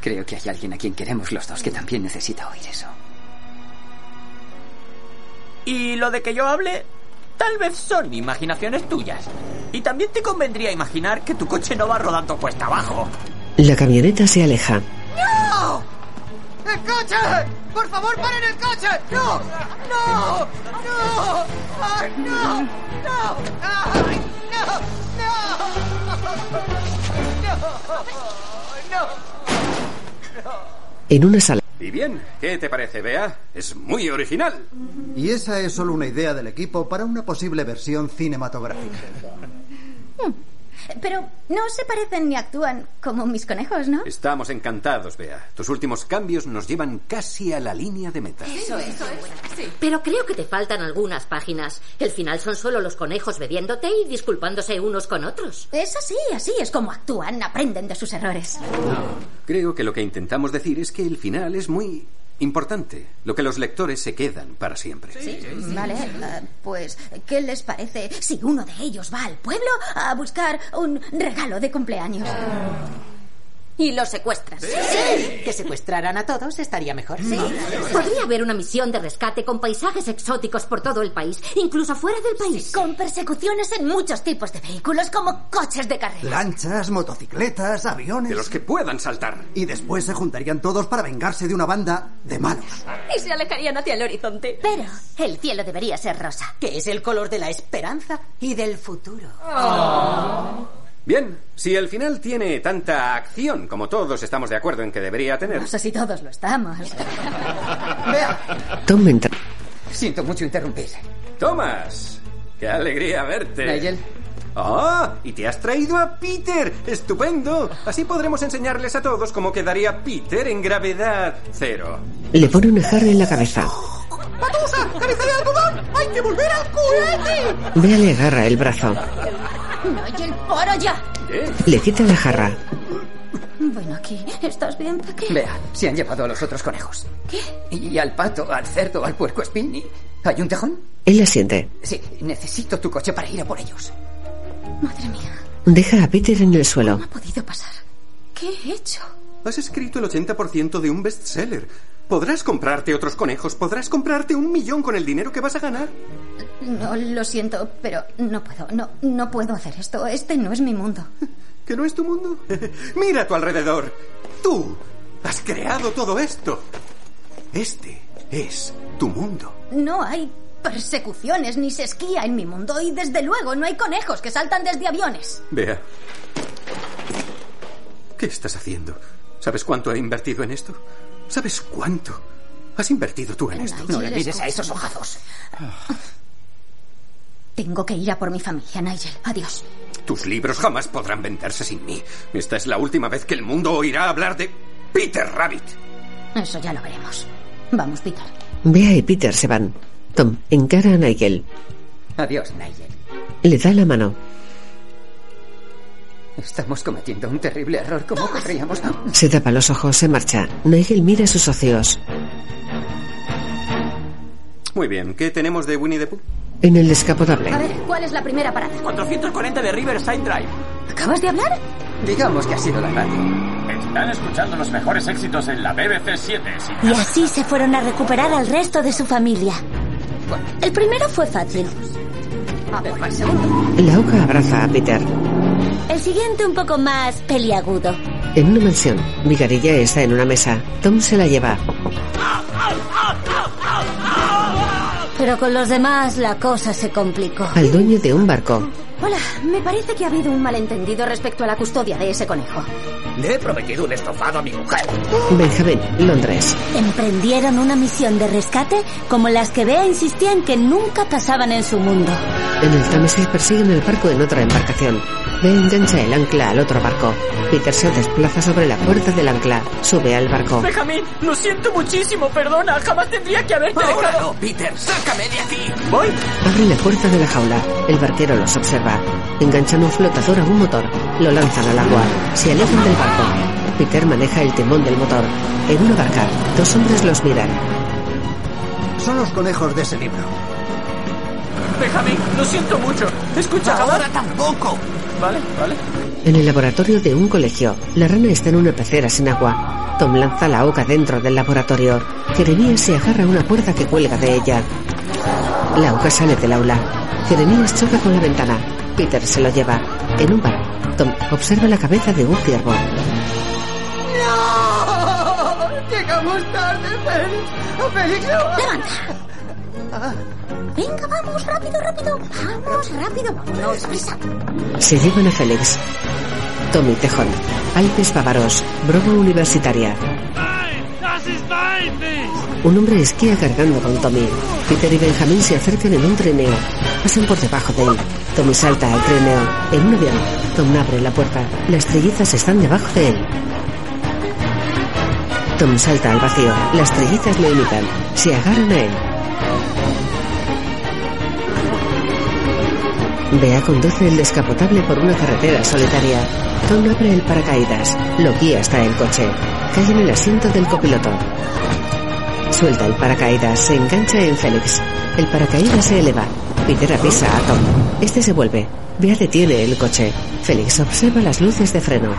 [SPEAKER 10] Creo que hay alguien a quien queremos los dos que también necesita oír eso.
[SPEAKER 5] Y lo de que yo hable, tal vez son imaginaciones tuyas. Y también te convendría imaginar que tu coche no va rodando cuesta abajo.
[SPEAKER 1] La camioneta se aleja.
[SPEAKER 10] ¡No! ¡El coche! ¡Por favor, paren el coche! ¡No! ¡No! ¡No! ¡Ay, no! ¡No! ¡Ay, no! ¡No!
[SPEAKER 1] En una sala.
[SPEAKER 23] Y bien, ¿qué te parece, Bea? Es muy original.
[SPEAKER 12] Y esa es solo una idea del equipo para una posible versión cinematográfica.
[SPEAKER 43] Pero no se parecen ni actúan como mis conejos, ¿no?
[SPEAKER 23] Estamos encantados, Bea. Tus últimos cambios nos llevan casi a la línea de meta.
[SPEAKER 9] Pero creo que te faltan algunas páginas. El final son solo los conejos bebiéndote y disculpándose unos con otros.
[SPEAKER 43] Es así, así es como actúan, aprenden de sus errores.
[SPEAKER 23] Creo que lo que intentamos decir es que el final es muy Importante, lo que los lectores se quedan para siempre.
[SPEAKER 9] Vale, ah, pues, ¿qué les parece si uno de ellos va al pueblo a buscar un regalo de cumpleaños?
[SPEAKER 44] Y los secuestras.
[SPEAKER 6] Que secuestraran a todos estaría mejor.
[SPEAKER 44] Sí. Podría haber una misión de rescate con paisajes exóticos por todo el país, incluso fuera del país.
[SPEAKER 9] Con persecuciones en muchos tipos de vehículos, como coches de carrera.
[SPEAKER 12] Lanchas, motocicletas, aviones. De los
[SPEAKER 23] que puedan saltar.
[SPEAKER 12] Y después se juntarían todos para vengarse de una banda de malos.
[SPEAKER 6] Y se alejarían hacia el horizonte.
[SPEAKER 9] Pero el cielo debería ser rosa.
[SPEAKER 6] Que es el color de la esperanza y del futuro.
[SPEAKER 23] Bien, si el final tiene tanta acción como todos estamos de acuerdo en que debería tener,
[SPEAKER 9] No sé si todos lo estamos.
[SPEAKER 1] Tom entra.
[SPEAKER 10] Siento mucho interrumpir.
[SPEAKER 23] Tomás, qué alegría verte.
[SPEAKER 10] Nigel.
[SPEAKER 23] ¡Ah! y te has traído a Peter. ¡Estupendo! Así podremos enseñarles a todos cómo quedaría Peter en gravedad cero.
[SPEAKER 1] Le pone una jarra en la cabeza.
[SPEAKER 8] ¡Patusa! ¡Cabeza de algodón! ¡Hay que volver al cohete!
[SPEAKER 1] Bea le agarra el brazo.
[SPEAKER 9] No, y el poro ya.
[SPEAKER 1] Le quita la jarra.
[SPEAKER 9] Bueno, aquí, ¿estás bien, Peque?
[SPEAKER 10] Vea, se han llevado a los otros conejos. ¿Qué? Y al pato, al cerdo, al puerco espín. y- ¿Hay un tejón?
[SPEAKER 1] Él asiente.
[SPEAKER 10] Sí, necesito tu coche para ir a por ellos.
[SPEAKER 9] Madre mía,
[SPEAKER 1] Deja a Peter en el suelo.
[SPEAKER 9] ha podido pasar. ¿Qué he hecho?
[SPEAKER 23] Has escrito el 80% de un bestseller. Podrás comprarte otros conejos, podrás comprarte un millón con el dinero que vas a ganar.
[SPEAKER 9] No, lo siento, pero no puedo, no, no puedo hacer esto. Este no es mi mundo.
[SPEAKER 23] ¿Que no es tu mundo? Mira a tu alrededor. Tú has creado todo esto. Este es tu mundo.
[SPEAKER 9] No hay persecuciones ni se esquía en mi mundo y desde luego no hay conejos que saltan desde aviones.
[SPEAKER 23] Vea. ¿Qué estás haciendo? ¿Sabes cuánto he invertido en esto? ¿Sabes cuánto has invertido tú en esto?
[SPEAKER 9] Nigel, escúchame. Tengo que ir a por mi familia, Nigel. Adiós.
[SPEAKER 23] Tus libros jamás podrán venderse sin mí. Esta es la última vez que el mundo oirá hablar de Peter Rabbit.
[SPEAKER 9] Eso ya lo veremos. Vamos, Peter.
[SPEAKER 1] Bea y Peter se van. Tom encara a Nigel.
[SPEAKER 10] Adiós, Nigel.
[SPEAKER 1] Le da la mano.
[SPEAKER 10] Estamos cometiendo un terrible error. ¿Cómo corríamos?
[SPEAKER 1] Se tapa los ojos, se marcha. Nigel mira a sus socios.
[SPEAKER 23] Muy bien, ¿qué tenemos de Winnie the Pooh?
[SPEAKER 1] En el descapotable.
[SPEAKER 9] A ver, ¿cuál es la primera parada?
[SPEAKER 5] 440 de Riverside Drive.
[SPEAKER 9] ¿Acabas de hablar?
[SPEAKER 10] Digamos que ha sido la radio.
[SPEAKER 5] Están escuchando los mejores éxitos en la BBC 7. sí.
[SPEAKER 2] Y así se fueron a recuperar al resto de su familia. El primero fue fácil.
[SPEAKER 4] Ah,
[SPEAKER 1] La oca abraza a Peter.
[SPEAKER 2] El siguiente un poco más peliagudo.
[SPEAKER 1] En una mansión, Vigarilla está en una mesa. Tom se la lleva.
[SPEAKER 2] Pero con los demás la cosa se complicó.
[SPEAKER 1] Al dueño de un barco.
[SPEAKER 9] Hola, me parece que ha habido un malentendido respecto a la custodia de ese conejo.
[SPEAKER 5] Le he prometido un estofado a mi mujer.
[SPEAKER 1] Benjamín, Londres.
[SPEAKER 2] Emprendieron una misión de rescate como las que Bea insistía en que nunca pasaban en su mundo.
[SPEAKER 1] En el Támesis persiguen el barco en otra embarcación. Bea engancha el ancla al otro barco. Peter se desplaza sobre la puerta del ancla. Sube al barco.
[SPEAKER 5] Benjamín, lo siento muchísimo, perdona. Jamás tendría que haberte Ahora no, Peter, sácame de aquí. ¿Voy?
[SPEAKER 1] Abren la puerta de la jaula. El barquero los observa. Enganchan un flotador a un motor. Lo lanzan al agua. Se alejan del barco. Peter maneja el timón del motor. En una barca, dos hombres los miran.
[SPEAKER 12] Son los conejos de ese libro.
[SPEAKER 5] Benjamín, lo siento mucho. Escucha, Ahora tampoco. Vale, vale.
[SPEAKER 1] En el laboratorio de un colegio, la rana está en una pecera sin agua. Tom lanza la oca dentro del laboratorio. Jeremías se agarra a una cuerda que cuelga de ella. La oca sale del aula. Jeremías choca con la ventana. Peter se lo lleva. En un bar, Tom observa la cabeza de un ciervo.
[SPEAKER 8] ¡No! Llegamos tarde, Félix. ¡Félix, no! ¡Ah!
[SPEAKER 9] Venga, vamos, rápido, rápido. Vamos, rápido, vámonos, prisa.
[SPEAKER 1] Se llevan a Félix. Tom y Tejón. Alpes bávaros. Broma universitaria. Un hombre esquía cargando con Tommy. Peter y Benjamín se acercan en un trineo. Pasan por debajo de él. Tommy salta al trineo. En un avión, Tom abre la puerta. Las trellizas están debajo de él. Tom salta al vacío. Las trellizas le imitan. Se agarran a él. Bea conduce el descapotable por una carretera solitaria. Tom abre el paracaídas. Lo guía hasta el coche. Cae en el asiento del copiloto. Suelta el paracaídas, se engancha en Félix. El paracaídas se eleva. Peter avisa a Tom. Este se vuelve. Bea detiene el coche. Félix observa las luces de freno.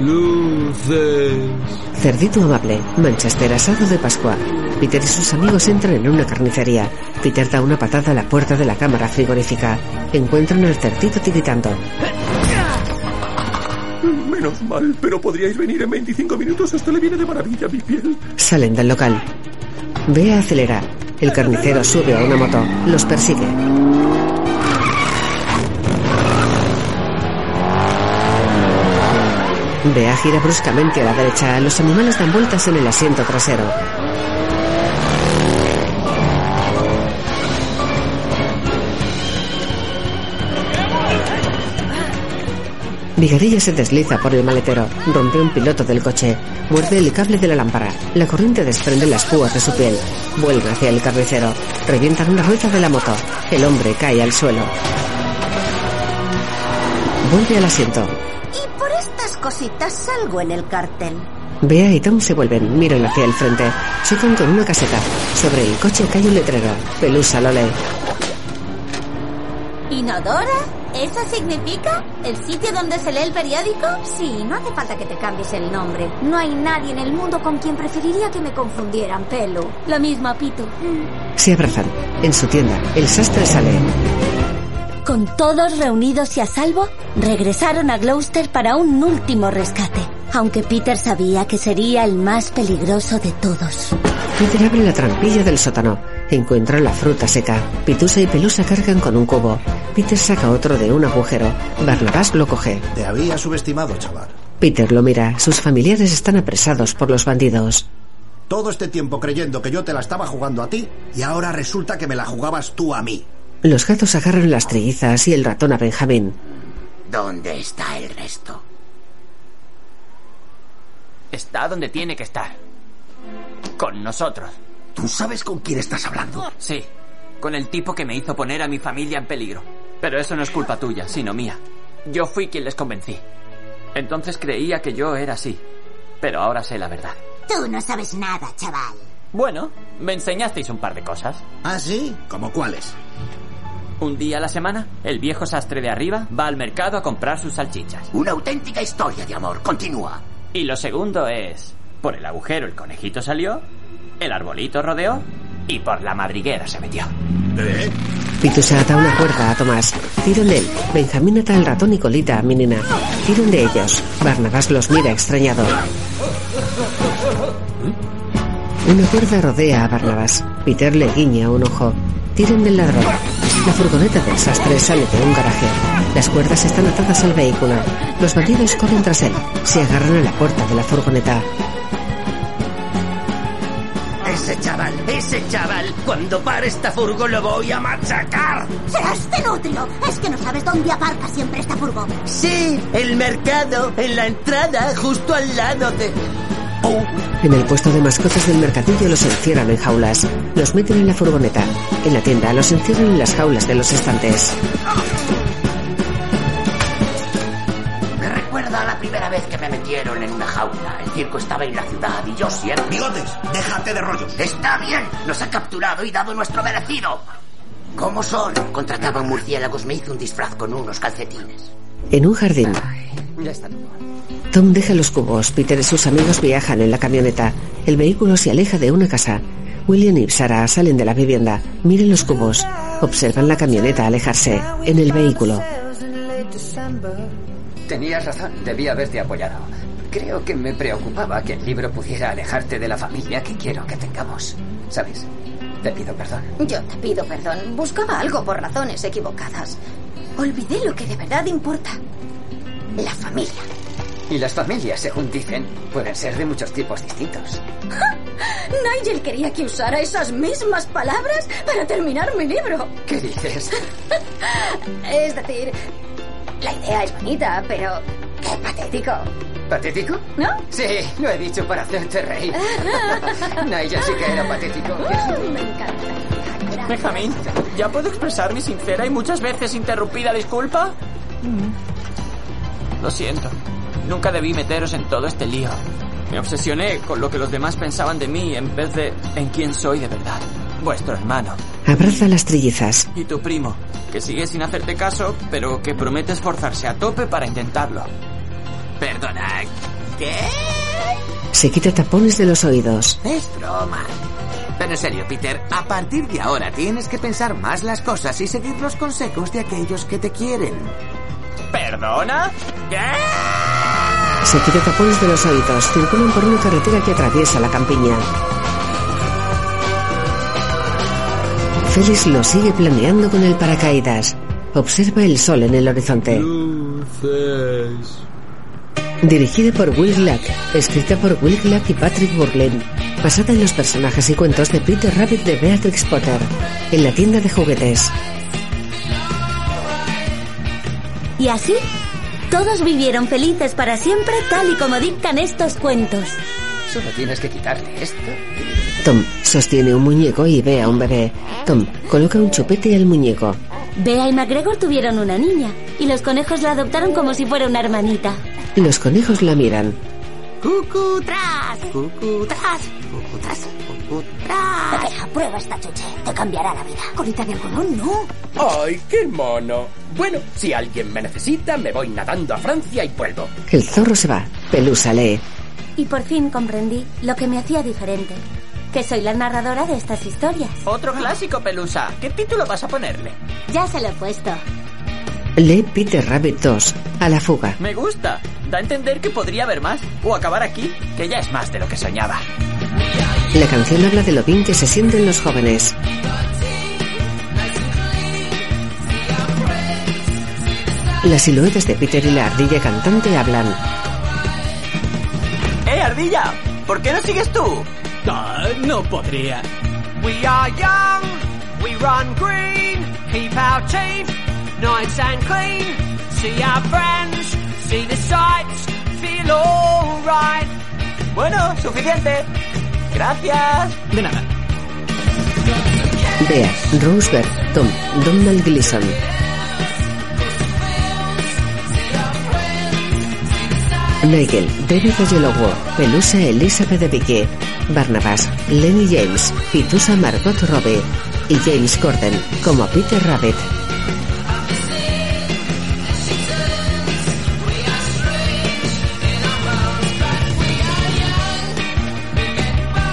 [SPEAKER 3] Luces.
[SPEAKER 1] Cerdito amable, Manchester asado de Pascua. Peter y sus amigos entran en una carnicería. Peter da una patada a la puerta de la cámara frigorífica. Encuentran al cerdito tiritando.
[SPEAKER 3] Menos mal, pero podríais venir en 25 minutos. Esto le viene de maravilla a mi piel.
[SPEAKER 1] Salen del local. Bea acelera. El carnicero sube a una moto. Los persigue. Bea gira bruscamente a la derecha. Los animales dan vueltas en el asiento trasero. Vigarilla se desliza por el maletero, rompe un piloto del coche, muerde el cable de la lámpara, la corriente desprende las púas de su piel, vuelve hacia el carnicero, revientan una rueda de la moto, el hombre cae al suelo. Vuelve al asiento,
[SPEAKER 4] Y por estas cositas salgo en el cartel.
[SPEAKER 1] Bea y Tom se vuelven, miran hacia el frente, chocan con una caseta, sobre el coche cae un letrero, Pelusa lo lee.
[SPEAKER 4] ¿Inodora? ¿Eso significa el sitio donde se lee el periódico?
[SPEAKER 21] Sí, no hace falta que te cambies el nombre. No hay nadie en el mundo con quien preferiría que me confundieran, pelo.
[SPEAKER 4] Lo mismo, Pitu.
[SPEAKER 21] Mm.
[SPEAKER 1] Se abrazan, en su tienda, el sastre sale,
[SPEAKER 9] Con todos reunidos y a salvo, regresaron a Gloucester para un último rescate. Aunque Peter sabía que sería el más peligroso de todos.
[SPEAKER 1] Peter abre la trampilla del sótano. Encuentra la fruta seca. Pitusa y Pelusa cargan con un cubo. Peter saca otro de un agujero. Barnabas lo coge.
[SPEAKER 27] Te había subestimado, chaval.
[SPEAKER 1] Peter lo mira. Sus familiares están apresados por los bandidos.
[SPEAKER 27] Todo este tiempo creyendo que yo te la estaba jugando a ti y ahora resulta que me la jugabas tú a mí.
[SPEAKER 1] Los gatos agarran las trillizas y el ratón a Benjamín.
[SPEAKER 6] ¿Dónde está el resto?
[SPEAKER 5] Está donde tiene que estar. Con nosotros.
[SPEAKER 6] ¿Tú sabes con quién estás hablando?
[SPEAKER 5] Sí, con el tipo que me hizo poner a mi familia en peligro. Pero eso no es culpa tuya, sino mía. Yo fui quien les convencí. Entonces creía que yo era así. Pero ahora sé la verdad.
[SPEAKER 4] Tú no sabes nada, chaval.
[SPEAKER 5] Bueno, me enseñasteis un par de cosas.
[SPEAKER 27] ¿Ah, sí? ¿Como cuáles?
[SPEAKER 5] Un día a la semana, el viejo sastre de arriba va al mercado a comprar sus salchichas.
[SPEAKER 6] Una auténtica historia de amor. Continúa.
[SPEAKER 5] Y lo segundo es... Por el agujero el conejito salió, el arbolito rodeó y por la madriguera se metió.
[SPEAKER 6] ¿Eh?
[SPEAKER 1] Pitusa ata una cuerda a Tomás. Tiro de él. Benjamín ata al ratón y colita a Minina. Tiran de ellos. Barnabas los mira extrañado. Una cuerda rodea a Barnabas. Peter le guiña un ojo. Tiran del ladrón. La furgoneta del sastre sale de un garaje. Las cuerdas están atadas al vehículo. Los bandidos corren tras él. Se agarran a la puerta de la furgoneta.
[SPEAKER 6] Ese chaval, ese chaval, cuando pare esta furgo lo voy a machacar.
[SPEAKER 4] ¡Serás tenutrio! Es que no sabes dónde aparca siempre esta furgo.
[SPEAKER 6] Sí, el mercado, en la entrada, justo al lado de...
[SPEAKER 1] En el puesto de mascotas del mercadillo los encierran en jaulas. Los meten en la furgoneta. En la tienda los encierran en las jaulas de los estantes.
[SPEAKER 6] Me recuerda a la primera vez que me metieron en una jaula. El circo estaba en la ciudad y yo siempre...
[SPEAKER 27] ¡Bigotes! ¡Déjate de rollos!
[SPEAKER 6] Está bien, nos ha capturado y dado nuestro merecido. ¿Cómo son? Contrataba un murciélagos, me hizo un disfraz con unos calcetines.
[SPEAKER 1] En un jardín,
[SPEAKER 6] Ya está todo.
[SPEAKER 1] Tom deja los cubos. Peter y sus amigos viajan en la camioneta. El vehículo se aleja de una casa. William y Sarah salen de la vivienda. Miren los cubos. Observan la camioneta alejarse. En el vehículo.
[SPEAKER 10] Tenías razón, debí haberte apoyado. Creo que me preocupaba que el libro pudiera alejarte de la familia que quiero que tengamos. ¿Sabes? Te pido perdón.
[SPEAKER 25] Yo te pido perdón. Buscaba algo por razones equivocadas. Olvidé lo que de verdad importa. La familia.
[SPEAKER 10] Y las familias, según dicen, pueden ser de muchos tipos distintos.
[SPEAKER 25] Nigel quería que usara esas mismas palabras para terminar mi libro.
[SPEAKER 10] ¿Qué dices?
[SPEAKER 25] Es decir, la idea es bonita, pero qué patético.
[SPEAKER 10] ¿Patético?
[SPEAKER 25] ¿No?
[SPEAKER 10] Sí, lo he dicho para hacerte reír. Nigel sí que era patético.
[SPEAKER 5] Benjamín, ¿ya puedo expresar mi sincera y muchas veces interrumpida disculpa?
[SPEAKER 6] Mm-hmm.
[SPEAKER 5] Lo siento. Nunca debí meteros en todo este lío. Me obsesioné con lo que los demás pensaban de mí en vez de en quién soy de verdad. Vuestro hermano
[SPEAKER 1] Abraza a las trillizas.
[SPEAKER 5] y tu primo, que sigue sin hacerte caso, pero que promete esforzarse a tope para intentarlo. Perdona,
[SPEAKER 1] Se quita tapones de los oídos.
[SPEAKER 6] Es broma. Pero en serio, Peter, a partir de ahora tienes que pensar más las cosas y seguir los consejos de aquellos que te quieren.
[SPEAKER 5] ¿Perdona?
[SPEAKER 1] Se quita tapones de los oídos. Circulan por una carretera que atraviesa la campiña. Félix lo sigue planeando con el paracaídas. Observa el sol en el horizonte. Dirigida por Will Glack, escrita por Will Glack y Patrick Burlen, basada en los personajes y cuentos de Peter Rabbit de Beatrix Potter, en la tienda de juguetes.
[SPEAKER 2] Y así, todos vivieron felices para siempre tal y como dictan estos cuentos.
[SPEAKER 10] Solo tienes que quitarle esto.
[SPEAKER 1] Tom sostiene un muñeco y ve a un bebé. Tom coloca un chupete al muñeco.
[SPEAKER 2] Bea y McGregor tuvieron una niña y los conejos la adoptaron como si fuera una hermanita.
[SPEAKER 1] Los conejos la miran.
[SPEAKER 2] ¡Cucu tras! ¡Cucu tras! ¡Cucu tras!
[SPEAKER 45] prueba esta chuche. Te cambiará la vida. Colita de algodón, no.
[SPEAKER 46] ¡Ay, qué mono! Bueno, si alguien me necesita, me voy nadando a Francia y vuelvo.
[SPEAKER 1] El zorro se va. Pelusa lee.
[SPEAKER 2] Y por fin comprendí lo que me hacía diferente, que soy la narradora de estas historias.
[SPEAKER 47] Otro clásico, Pelusa. ¿Qué título vas a ponerle?
[SPEAKER 2] Ya se lo he puesto.
[SPEAKER 1] Lee Peter Rabbit 2. A la fuga.
[SPEAKER 47] Me gusta. Da a entender que podría haber más. O acabar aquí, que ya es más de lo que soñaba.
[SPEAKER 1] La canción habla de lo bien que se sienten los jóvenes. Las siluetas de Peter y la ardilla cantante hablan.
[SPEAKER 47] ¡Eh, ardilla! ¿Por qué no sigues tú?
[SPEAKER 48] Ah, no podría. We are young, we run green, keep our teeth nice and clean. See our friends, see the sights, feel alright.
[SPEAKER 47] Bueno, suficiente. Gracias.
[SPEAKER 48] De nada.
[SPEAKER 1] Bea, Roosevelt, Tom, Donald Gleason. Nigel, David Oyelowo, Pelusa Elizabeth de Vicky, Barnabas, Lenny James, Pitusa Margot Robbie y James Corden como Peter Rabbit.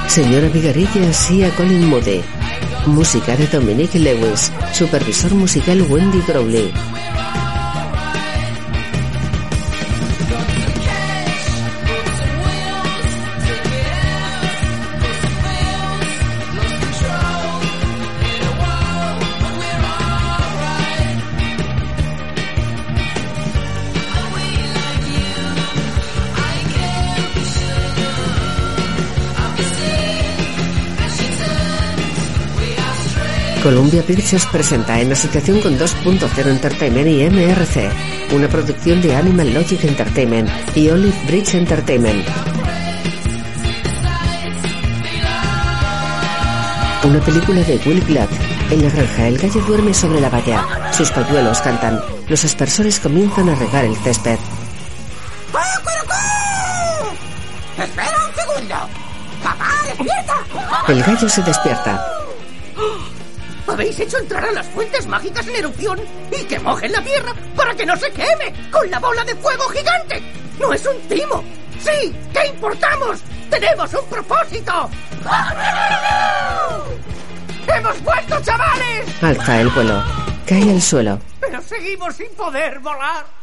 [SPEAKER 1] Señora Vigarilla Sia Colin Moody. Música de Dominic Lewis. Supervisor musical Wendy Crowley. Columbia Pictures presenta en asociación con 2.0 Entertainment y MRC, una producción de Animal Logic Entertainment y Olive Bridge Entertainment. Una película de Will Glatt. En la granja, el gallo duerme sobre la valla. Sus polluelos cantan. Los aspersores comienzan a regar el césped.
[SPEAKER 46] ¡Espera un segundo! ¡Papá, despierta!
[SPEAKER 1] El gallo se despierta.
[SPEAKER 8] Habéis hecho entrar a las fuentes mágicas en erupción y que mojen la tierra para que no se queme con la bola de fuego gigante. No es un timo. Sí, ¿qué importamos? Tenemos un propósito. ¡Hemos vuelto, chavales!
[SPEAKER 1] Alza el vuelo. Cae al suelo.
[SPEAKER 8] Pero seguimos sin poder volar.